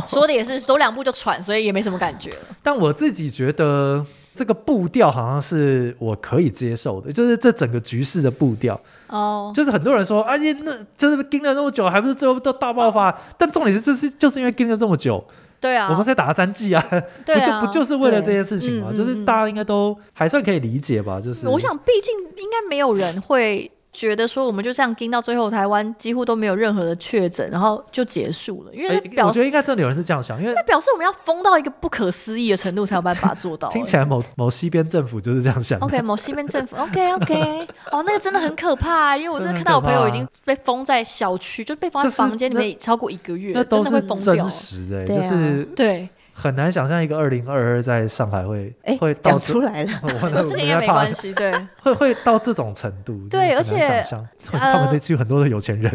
S1: 说的也是，走两步就喘，所以也没什么感觉了。
S2: 但我自己觉得这个步调好像是我可以接受的，就是这整个局势的步调，
S1: 哦，
S2: 就是很多人说，啊哎、你那就是盯了那么久，还不是最后都大爆发？但重点是，就是就是因为盯了这么久，
S1: 对哦啊，
S2: 我们才打了三剂啊，
S1: 对
S2: 不
S1: 啊，
S2: (laughs) 就不就是为了这件事情嘛？
S1: 嗯嗯
S2: 就是大家应该都还算可以理解吧？就是
S1: 我想，毕竟应该没有人会觉得说，我们就这样盯到最后，台湾几乎都没有任何的确诊，然后就结束了，因为
S2: 哎，
S1: 那表
S2: 我觉
S1: 示、
S2: 得应该真的有人是这样想，因为
S1: 那表示我们要疯到一个不可思议的程度才有办法做到、
S2: (laughs)
S1: 哦
S2: 听起
S1: 来
S2: 来某某西边政府就是这样想的。
S1: OK，某西边政府 OK
S2: (laughs)
S1: OK，哦，那个真的很可怕、啊因为我真的
S2: 真
S1: 看
S2: 的
S1: 到我
S2: 很可怕
S1: 朋友已经被封在小区，就被封在
S2: 就是
S1: 房间里面超过一个月，
S2: 那
S1: 真
S2: 都
S1: 的
S2: 是
S1: 会疯掉
S2: 真。实的、
S3: 对
S2: 就
S3: 啊
S2: 是 (laughs)
S1: 对，
S2: 很难想象一个二零二二在上海会、
S3: 哎
S2: (laughs) 会，到
S3: 讲
S2: 这
S3: 出来了，
S2: 我
S1: 我 (laughs) 这个应该没关，系，对。
S2: 我在怕会会到这种程度。
S1: 对
S2: 就是很难想象 (laughs)
S1: 而且呃
S2: 他们那区很多的有钱人，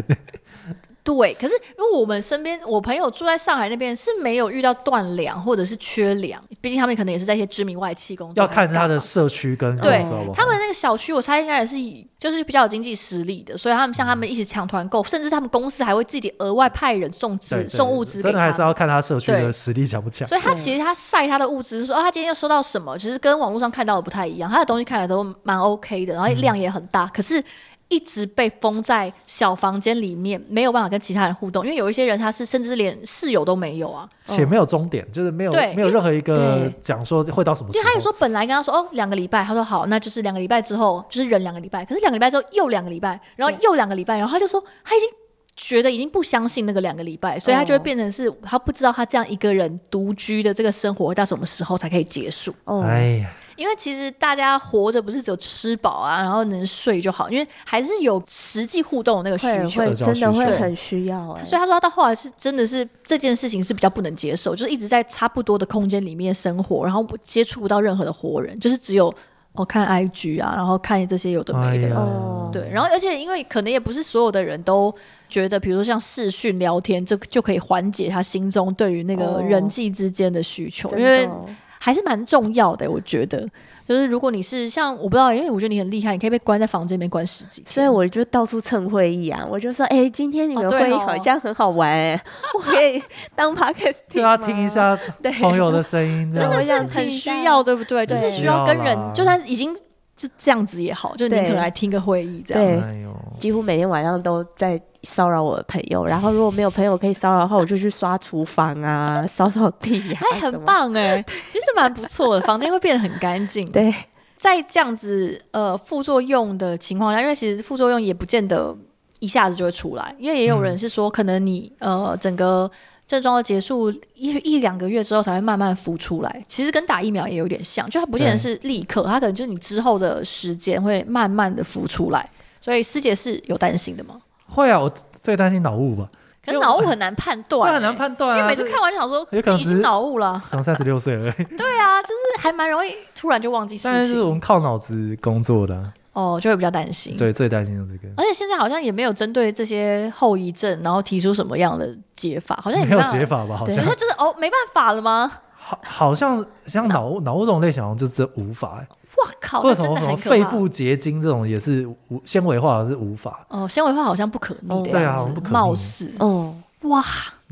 S1: 对，可是因为我们身边，我朋友住在上海那边是没有遇到断粮或者是缺粮，毕竟他们可能也是在一些知名外企工作，
S2: (laughs) 要看他的哦
S1: 还是
S2: 社区跟
S1: 干
S2: 公司好
S1: 嘛。对
S2: 不好
S1: 他们那个小区，我猜应该也是以就是比较有经济实力的，所以他们像
S2: 嗯
S1: 他们一起抢团购，甚至他们公司还会自己额外派人送
S2: 对对
S1: 资送物资给
S2: 真的
S1: 他
S2: 还是
S1: 们。
S2: 要看他社区的
S1: 对
S2: 实力强不强。
S1: 所以他其实他晒他的物资，说哦，他今天又收到什么，其实跟网络上看到的不太一样。他的东西看起来都蛮 OK 的，然后量也很大，可是一直被封在小房间里面，没有办法跟其他人互动。因为有一些人他是甚至连室友都没有啊，
S2: 且没有终点，就是没有
S1: 对
S2: 没有任何一个
S3: 对
S2: 讲说会到什么时
S1: 因
S2: 候。
S1: 为他也说本来跟他说哦两个礼拜，他说好，那就是两个礼拜之后就是忍两个礼拜，可是两个礼拜之后又两个礼拜，然后又两个礼拜，然后他就说他已经觉得已经不相信那个两个礼拜，所以他就会
S3: 哦
S1: 变成是他不知道他这样一个人独居的这个生活会到什么时候才可以结束。
S3: 哦，
S2: 哎呀，
S1: 因为其实大家活着不是只有吃饱啊，然后能睡就好，因为还是有实际互动的那个需
S3: 会
S1: 求。
S3: 会
S2: 社交
S3: 真的
S2: 需
S3: 会
S2: 求
S3: 很需要哎，
S1: 所以他说，他到后来是真的是这件事情是比较不能接受，就是一直在差不多的空间里面生活，然后接触不到任何的活人，就是只有哦、看 IG 啊，然后看这些有的
S2: 哎
S1: 没的，
S2: 呀，
S3: 哦
S1: 对。然后而且因为可能也不是所有的人都觉得，比如说像视讯聊天，这就可以缓解他心中对于那个
S3: 哦
S1: 人际之间的需求，
S3: 真
S1: 因
S3: 的
S1: 为
S3: 哦
S1: 还是蛮重要的，我觉得。就是如果你是像我不知道，因为我觉得你很厉害，你可以被关在房间里面关十几天。
S3: 所以我就到处蹭会议啊，我就说，哎、今天你
S1: 哦
S3: 们
S1: 对
S3: 会议
S1: 哦
S3: 好像很好玩、哎、 (laughs) 我可以当 podcast
S2: 对
S3: 听
S2: 啊，
S3: 吗
S2: 听一，下
S3: 对
S2: 朋友的声音，这
S1: (laughs) 真
S2: 样
S1: 的
S3: 我
S1: 是
S3: 想
S1: 很
S3: 听
S1: 需
S3: 到
S1: 要，对不对？就
S3: 啊对啊
S1: 是需要跟人
S2: 需要啦，
S1: 就算已经就这样子也好，就是你
S3: 对
S1: 可能来听个会议这样。
S3: 对
S2: 哎呦，
S3: 几乎每天晚上都在骚扰我的朋友，然后如果没有朋友可以骚扰的话，我就去刷厨房 (laughs) 啊，扫扫地呀、
S1: 哎，
S3: 什
S1: 很
S3: 么。
S1: 棒
S3: (laughs)
S1: 哎、其实蛮不错的，房间会变得很干净。
S3: 对，
S1: 在这样子呃副作用的情况下，因为其实副作用也不见得一下子就会出来，因为也有人是说，可能你呃整个症状的结束一一两个月之后才会慢慢浮出来。其实跟打疫苗也有点像，就它不见得是立刻，它可能就是你之后的时间会慢慢的浮出来。所以师姐是有担心的吗？
S2: 会啊，我最担心脑雾吧，
S1: 可
S2: 因
S1: 是
S2: 为
S1: 脑雾很难判断、
S2: 那很难判
S1: 欸
S2: 断啊。
S1: 因为每次
S2: 这
S1: 看完就想说
S2: 有可能
S1: 已
S2: 只
S1: 经
S2: 是
S1: 脑雾了，
S2: 可能三十六
S1: (laughs)
S2: 岁了，
S1: 对啊，就是还蛮容易突然就忘记
S2: 但
S1: 事
S2: 是我
S1: 情
S2: 们靠脑子工作的啊，
S1: 哦，就会比较担心。
S2: 对，最担心的这个。
S1: 而且现在好像也没有针对这些后遗症，然后提出什么样的解法，好像也
S2: 没有
S1: 办法
S2: 解。法吧？好
S1: 你
S2: 像
S1: 说就是哦，没办法了吗？
S2: 好，好像像脑雾脑雾这种类型，好像就真的无法欸。
S1: 哇靠，
S2: 或
S1: 哦那
S2: 者什
S1: 真
S2: 么
S1: 的
S2: 什
S1: 很
S2: 么
S1: 可
S2: 肺
S1: 怕。
S2: 部结晶这种，也是无纤维化的是无法。
S1: 哦，纤维化好像不可逆的
S2: 对啊
S1: 样
S2: 好
S1: 子，
S2: 像不可逆
S1: 貌似
S3: 哦，
S1: 哇，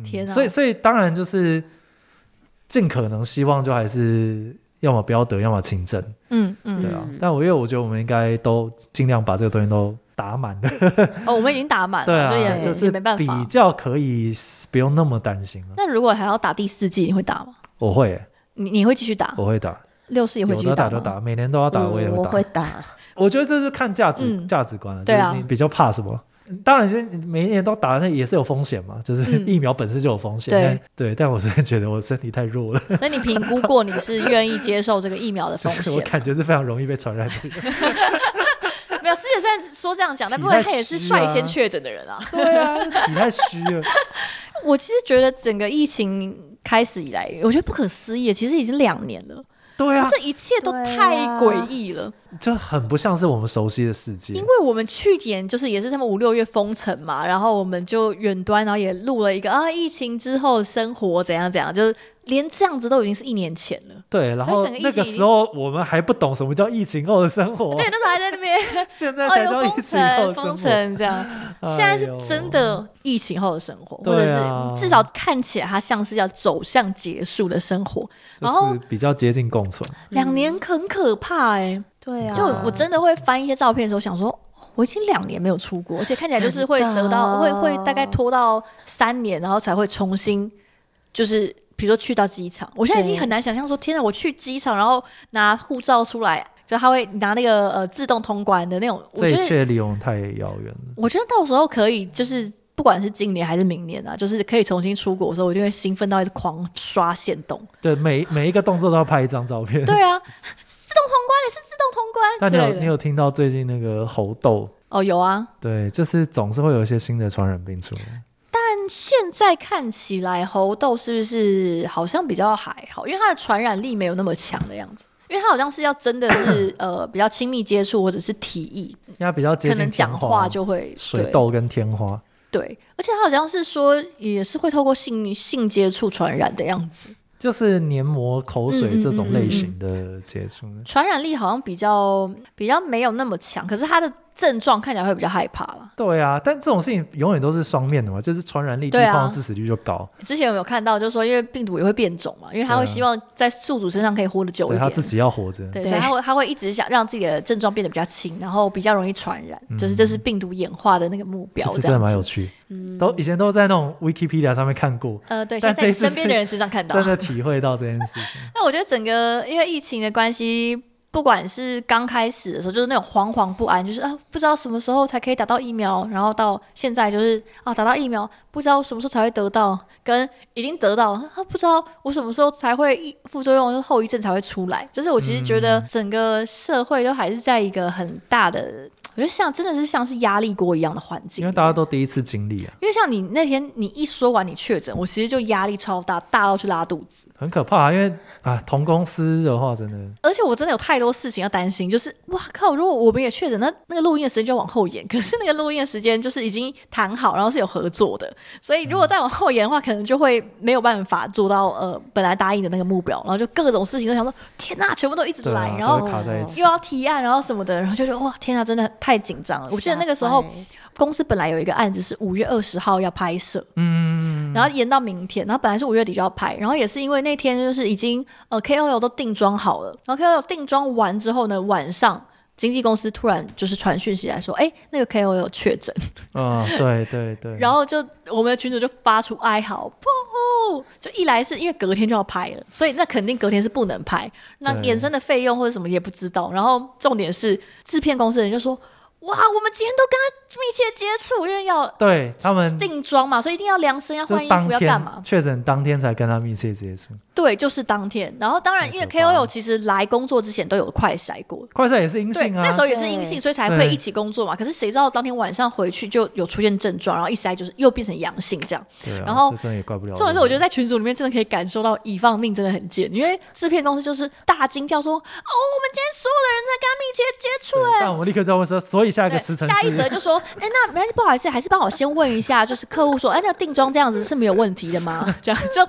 S1: 天啊！
S2: 嗯所以，所以当然就是尽可能希望就还是要么不要得，要么轻症，
S1: 嗯
S2: 对
S1: 嗯，
S2: 啊。
S3: 嗯
S2: 但我因为我觉得我们应该都尽量把这个东西都打满了，
S1: 哦，我们已经打满
S2: 对
S1: 了，所以
S2: 啊，
S1: 也
S2: 就
S1: 也
S2: 是
S1: 没办
S2: 比
S1: 法。
S2: 较可以不用那么担心了。
S1: 那如果还要打第四季，你会打吗？
S2: 我会欸，
S1: 你你会继续打？
S2: 我会打，
S1: 六啊四也会
S2: 哦有
S1: 继续
S2: 的打就
S1: 吗？
S2: 打，每年都要打，
S3: 嗯
S2: 我也
S3: 我
S2: 会打。
S3: 打，
S2: 我觉得这是看价值
S1: 嗯
S2: 价值观了，
S1: 对啊
S2: 就是你比较怕什么。当然，就是每一年都打，那也是有风险嘛，就是
S1: 嗯
S2: (laughs) 疫苗本身就有风险。
S1: 对
S2: 但对，但我真的觉得我身体太
S1: (laughs)
S2: 弱了。
S1: 所以你评估过你是愿意接受这个疫苗的风
S2: (laughs) 就是我
S1: 险？
S2: 感觉是非常容易被传染的。
S1: (laughs) 没有，师姐虽然说这样讲，但不
S2: 体
S1: 过他
S2: 态
S1: 也是
S2: 虚啊
S1: 率先确诊的人啊。
S2: 对啊，你太虚了。
S1: 我其实觉得整个疫情开始以来，我觉得不可思议，其实已经两年了，
S2: 对啊，
S1: 这一切都
S3: 对
S1: 太
S3: 啊
S1: 诡异了。
S2: 就很不像是我们熟悉的世界
S1: 因。为我们去年就是也是他们五六月封城嘛，然后我们就远端，然后也录了一个啊，疫情之后的生活怎样怎样，就是连这样子都已经是一年前了。
S2: 对，然后
S1: 所以整个疫情
S2: 那个时候我们还不懂什么叫疫情后的生活，
S1: 对，那时候还在那
S2: (laughs)
S1: 边
S2: 现在
S1: 哦，
S2: 才
S1: 有
S2: 叫疫
S1: 封
S2: 情后
S1: 城，
S2: 的
S1: 封
S2: 生活。
S1: 城这样。
S2: 哎呦
S1: 现在是真，的疫情后的生活，或者
S2: 对啊
S1: 是至少看起来它像是要走向结束的生活。然
S2: 就
S1: 后
S2: 是比较接近共存。
S1: 两年很可怕哎、
S3: (laughs) 对啊，
S1: 就
S2: 嗯
S1: 我真的会翻一些照片的时候，想说我已经两年没有出国，而且看起来就是会
S3: 真的
S1: 得到会会大概拖到三年，然后才会重新就是。比如说去到机场，我现在已经很难想象说，天哪，我去机场然后拿护照出来，就他会拿那个呃自动通关的那种，我
S2: 这
S1: 觉
S2: 一
S1: 得
S2: 切离我们太遥远了。
S1: 我觉得到时候可以，就是不管是今年还是明年啊，就是可以重新出国的时候，我就会兴奋到一直狂刷线
S2: (laughs)
S1: 动。
S2: 对，每每一个动作都要拍一张照片。 (laughs)
S1: 对啊，自动通关的是自动通关
S2: 那你
S1: 之
S2: 有你
S1: 类的。
S2: 有听到最近那个猴痘？
S1: 哦，有啊，
S2: 对，就是总是会有一些新的传染病出来。
S1: 但现在看起来猴痘是不是好像比较还好，因为它的传染力没有那么强的样子。因为它好像是要真的
S2: (coughs)
S1: 是呃比较亲密接触或者是体液，
S2: 因为它比较接
S1: 可
S2: 近
S1: 能讲
S2: 天
S1: 话就会
S2: 水
S1: 对
S2: 痘跟天花。
S1: 对，而且它好像是说也是会透过性性接触传染的样子。
S2: 就是黏膜、口
S1: 嗯
S2: 水
S1: 嗯
S2: 这种
S1: 嗯
S2: 类
S1: 嗯
S2: 型的接触。
S1: 传染力好像比较比较没有那么强，可是它的症状看起来会比较害怕啦。
S2: 对啊，但这种事情永远都是双面的嘛，就是传染力低，
S1: 对啊
S2: 放致死率就高，
S1: 之前有没有看到，就是说因为病毒也会变种嘛，因为它
S2: 对啊
S1: 会希望在宿主身上可以活得久
S2: 对
S1: 一
S2: 他
S1: 点
S2: 自。己要活着。
S1: 对，
S3: 对
S1: 所以它会它会一直想让自己的症状变得比较轻，然后比较容易传染，就是这是病毒演化的那个目
S2: 嗯其
S1: 标，
S2: 实
S1: 这
S2: 真的蛮有
S1: 样子。嗯
S2: 趣，都以前都在那种 Wikipedia 上面看过，
S1: 呃，对，
S2: 但
S1: 现在你
S2: 这次
S1: 身边的人身上看到
S2: 真。的体会到这件事
S1: (laughs)
S2: 情。
S1: 那我觉得整个因为疫情的关系，不管是刚开始的时候，就是那种惶惶不安，就是啊不知道什么时候才可以打到疫苗，然后到现在就是啊打到疫苗不知道什么时候才会得到，跟已经得到啊不知道我什么时候才会一副作用就是后遗症才会出来。就是我其实觉得
S2: 嗯
S1: 整个社会都还是在一个很大的，我觉得像真的是像是压力锅一样的环境
S2: 因为
S1: 里面。
S2: 大家都第一次经历啊，
S1: 因为像你那天你一说完你确诊，我其实就压力超大，大到去拉肚子。
S2: 很可怕、啊。因为啊，同公司的话，真的
S1: 而且我真的有太多事情要担心，就是哇靠！如果我们也确诊，那那个录音的时间就往后延。可是那个录音的时间就是已经谈好，然后是有合作的，所以如果再往后延的话，可能就会没有办法做到呃本来答应的那个目标，然后就各种事情都想说天呐，全部都一直
S2: 对
S1: 来，
S2: 啊，
S1: 然后哦
S2: 都会卡在一起。
S1: 又要提案，然后什么的，然后就觉得哇天呐，真的太紧张了。我记得那个时
S2: (laughs)
S1: 候公司本来有一个案子是五月二十号要拍摄，
S2: 嗯，
S1: 然后延到明天，然后本来是五月底就要拍，然后也是因为那天就是已经呃 KOL 都定妆好了，然后 KOL 定妆完之后呢，晚上经纪公司突然就是传讯息来说，哎，那个 KOL 确诊， (laughs)
S2: 啊，对对对。
S1: 然后就我们的群主就发出哀嚎，不，就一来是因为隔天就要拍了，所以那肯定隔天是不能拍，那
S2: 对
S1: 衍生的费用或者什么也不知道，然后重点是制片公司的人就说。哇，我们今天都跟他密切接触，因为要
S2: 对他们
S1: 定妆嘛，所以一定要量身，要
S2: 就
S1: 换
S2: 是
S1: 衣
S2: 当
S1: 服，要干嘛
S2: 天？确诊当天才跟他密切接触，
S1: 对，就是当天。然后当然，因为
S2: 太可怕了
S1: KOL 其实来工作之前都有快筛过，
S2: 快筛也是阴
S1: 对，
S2: 性啊。
S1: 那时候也是阴性，
S3: 对
S1: 所以才会
S2: 对
S1: 一起工作嘛。可是谁知道当天晚上回去就有出现症状，然后一筛就是又变成阳性这样。
S2: 对啊，
S1: 然后
S2: 这真的也怪不了。
S1: 重点是，我觉得在群组里面真的可以感受到乙方命真的很贱，因为制片公司就是大惊叫说：“哦，我们今天所有的人在跟他密切接触、
S2: 对，但我们立刻就要问说，所以下一个
S1: 对，
S2: 时辰
S1: 下一
S2: 是
S1: 则就说，哎、那没关系，不好意思，还是帮我先问一下，就是客户说，哎、那个定妆这样子是没有问题的吗？这样就，哎、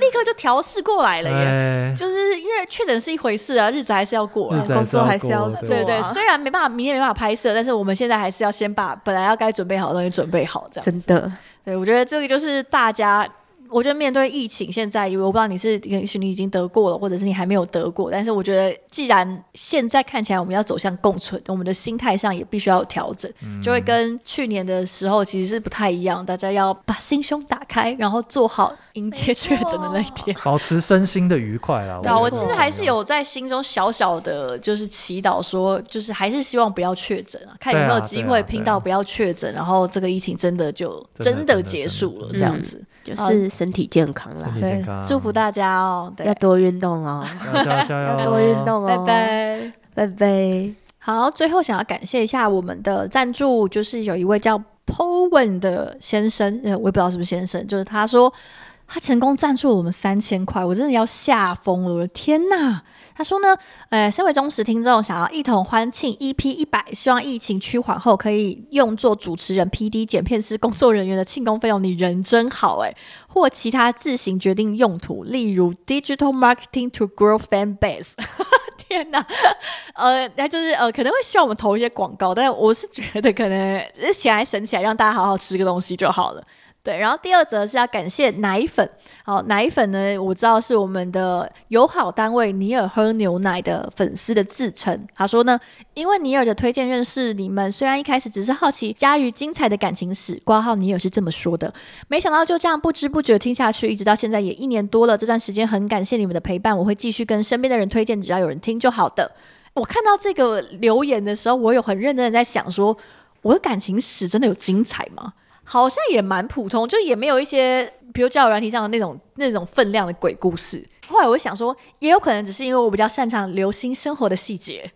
S1: 立刻就调试过来了耶。 (laughs)
S2: 哎，
S1: 就是因为确诊是一回事啊，日子还是要过
S2: 日
S1: 啊。
S2: 子
S3: 工作还是
S2: 过
S3: 要
S2: 对
S1: 对
S3: 做
S1: 对，
S3: 啊
S1: 虽然没办法，明天没办法拍摄，但是我们现在还是要先把本来要该准备好的东西准备好，这样。
S3: 真的
S1: 对，我觉得这个就是大家，我觉得面对疫情，现在因为我不知道你是，也许你已经得过了，或者是你还没有得过，但是我觉得既然现在看起来我们要走向共存，我们的心态上也必须要有调整，就会跟去年的时候其实是不太一样，大家要把心胸打开，然后做好迎接确诊的那一天。
S2: 嗯保持身心的愉快啦。
S1: 对啊，
S2: 觉得
S1: 我
S2: 这
S1: 其
S2: 种
S1: 实
S2: 重
S1: 还是
S2: 要。
S1: 有在心中小小的，就是祈祷说，就是还是希望不要确诊啊，看有没
S2: 对啊
S1: 有
S2: 对啊
S1: 机
S2: 对啊
S1: 会拼到不要确诊，然后这个疫情真的就
S2: 真的
S1: 真
S2: 真的
S1: 的结束了
S2: 真嗯
S3: 的
S1: 这样子。
S3: 就是身体健康啦
S2: 身，体健
S1: 对
S2: 康，啊
S1: 祝福大家哦，啊对
S3: 要，多运动哦，
S2: 加油加油！
S3: (laughs) 要多运动
S1: 拜
S3: 哦，，
S1: 拜。
S3: 拜拜。
S1: 好，最后想要感谢一下我们的赞助，就是有一位叫 Powen 的先生，呃，我也不知道是不是先生，就是他说他成功赞助了我们三千块，我真的要吓疯了，我的天呐！他说呢，呃，身为忠实听众，想要一同欢庆 EP 一百，希望疫情趋缓后可以用作主持人、PD、剪片师、工作人员的庆功费用。你人真好哎、或其他自行决定用途，例如 digital marketing to grow fan base。天呐，呃，那就是呃，可能会希望我们投一些广告，但我是觉得可能呃起来省起来，让大家好好吃个东西就好了。对，然后第二则是要感谢奶粉。好，奶粉呢，我知道是我们的友好单位尼尔喝牛奶的粉丝的自称。他说呢，因为尼尔的推荐认识你们，虽然一开始只是好奇佳瑜精彩的感情史，挂号尼尔是这么说的，没想到就这样不知不觉听下去，一直到现在也一年多了。这段时间很感谢你们的陪伴，我会继续跟身边的人推荐，只要有人听就好的。我看到这个留言的时候，我有很认真的在想说，我的感情史真的有精彩吗？好像也蛮普通，就也没有一些，比如交友软体上的那种那种分量的鬼故事。后来我就想说，也有可能只是因为我比较擅长留心生活的细节，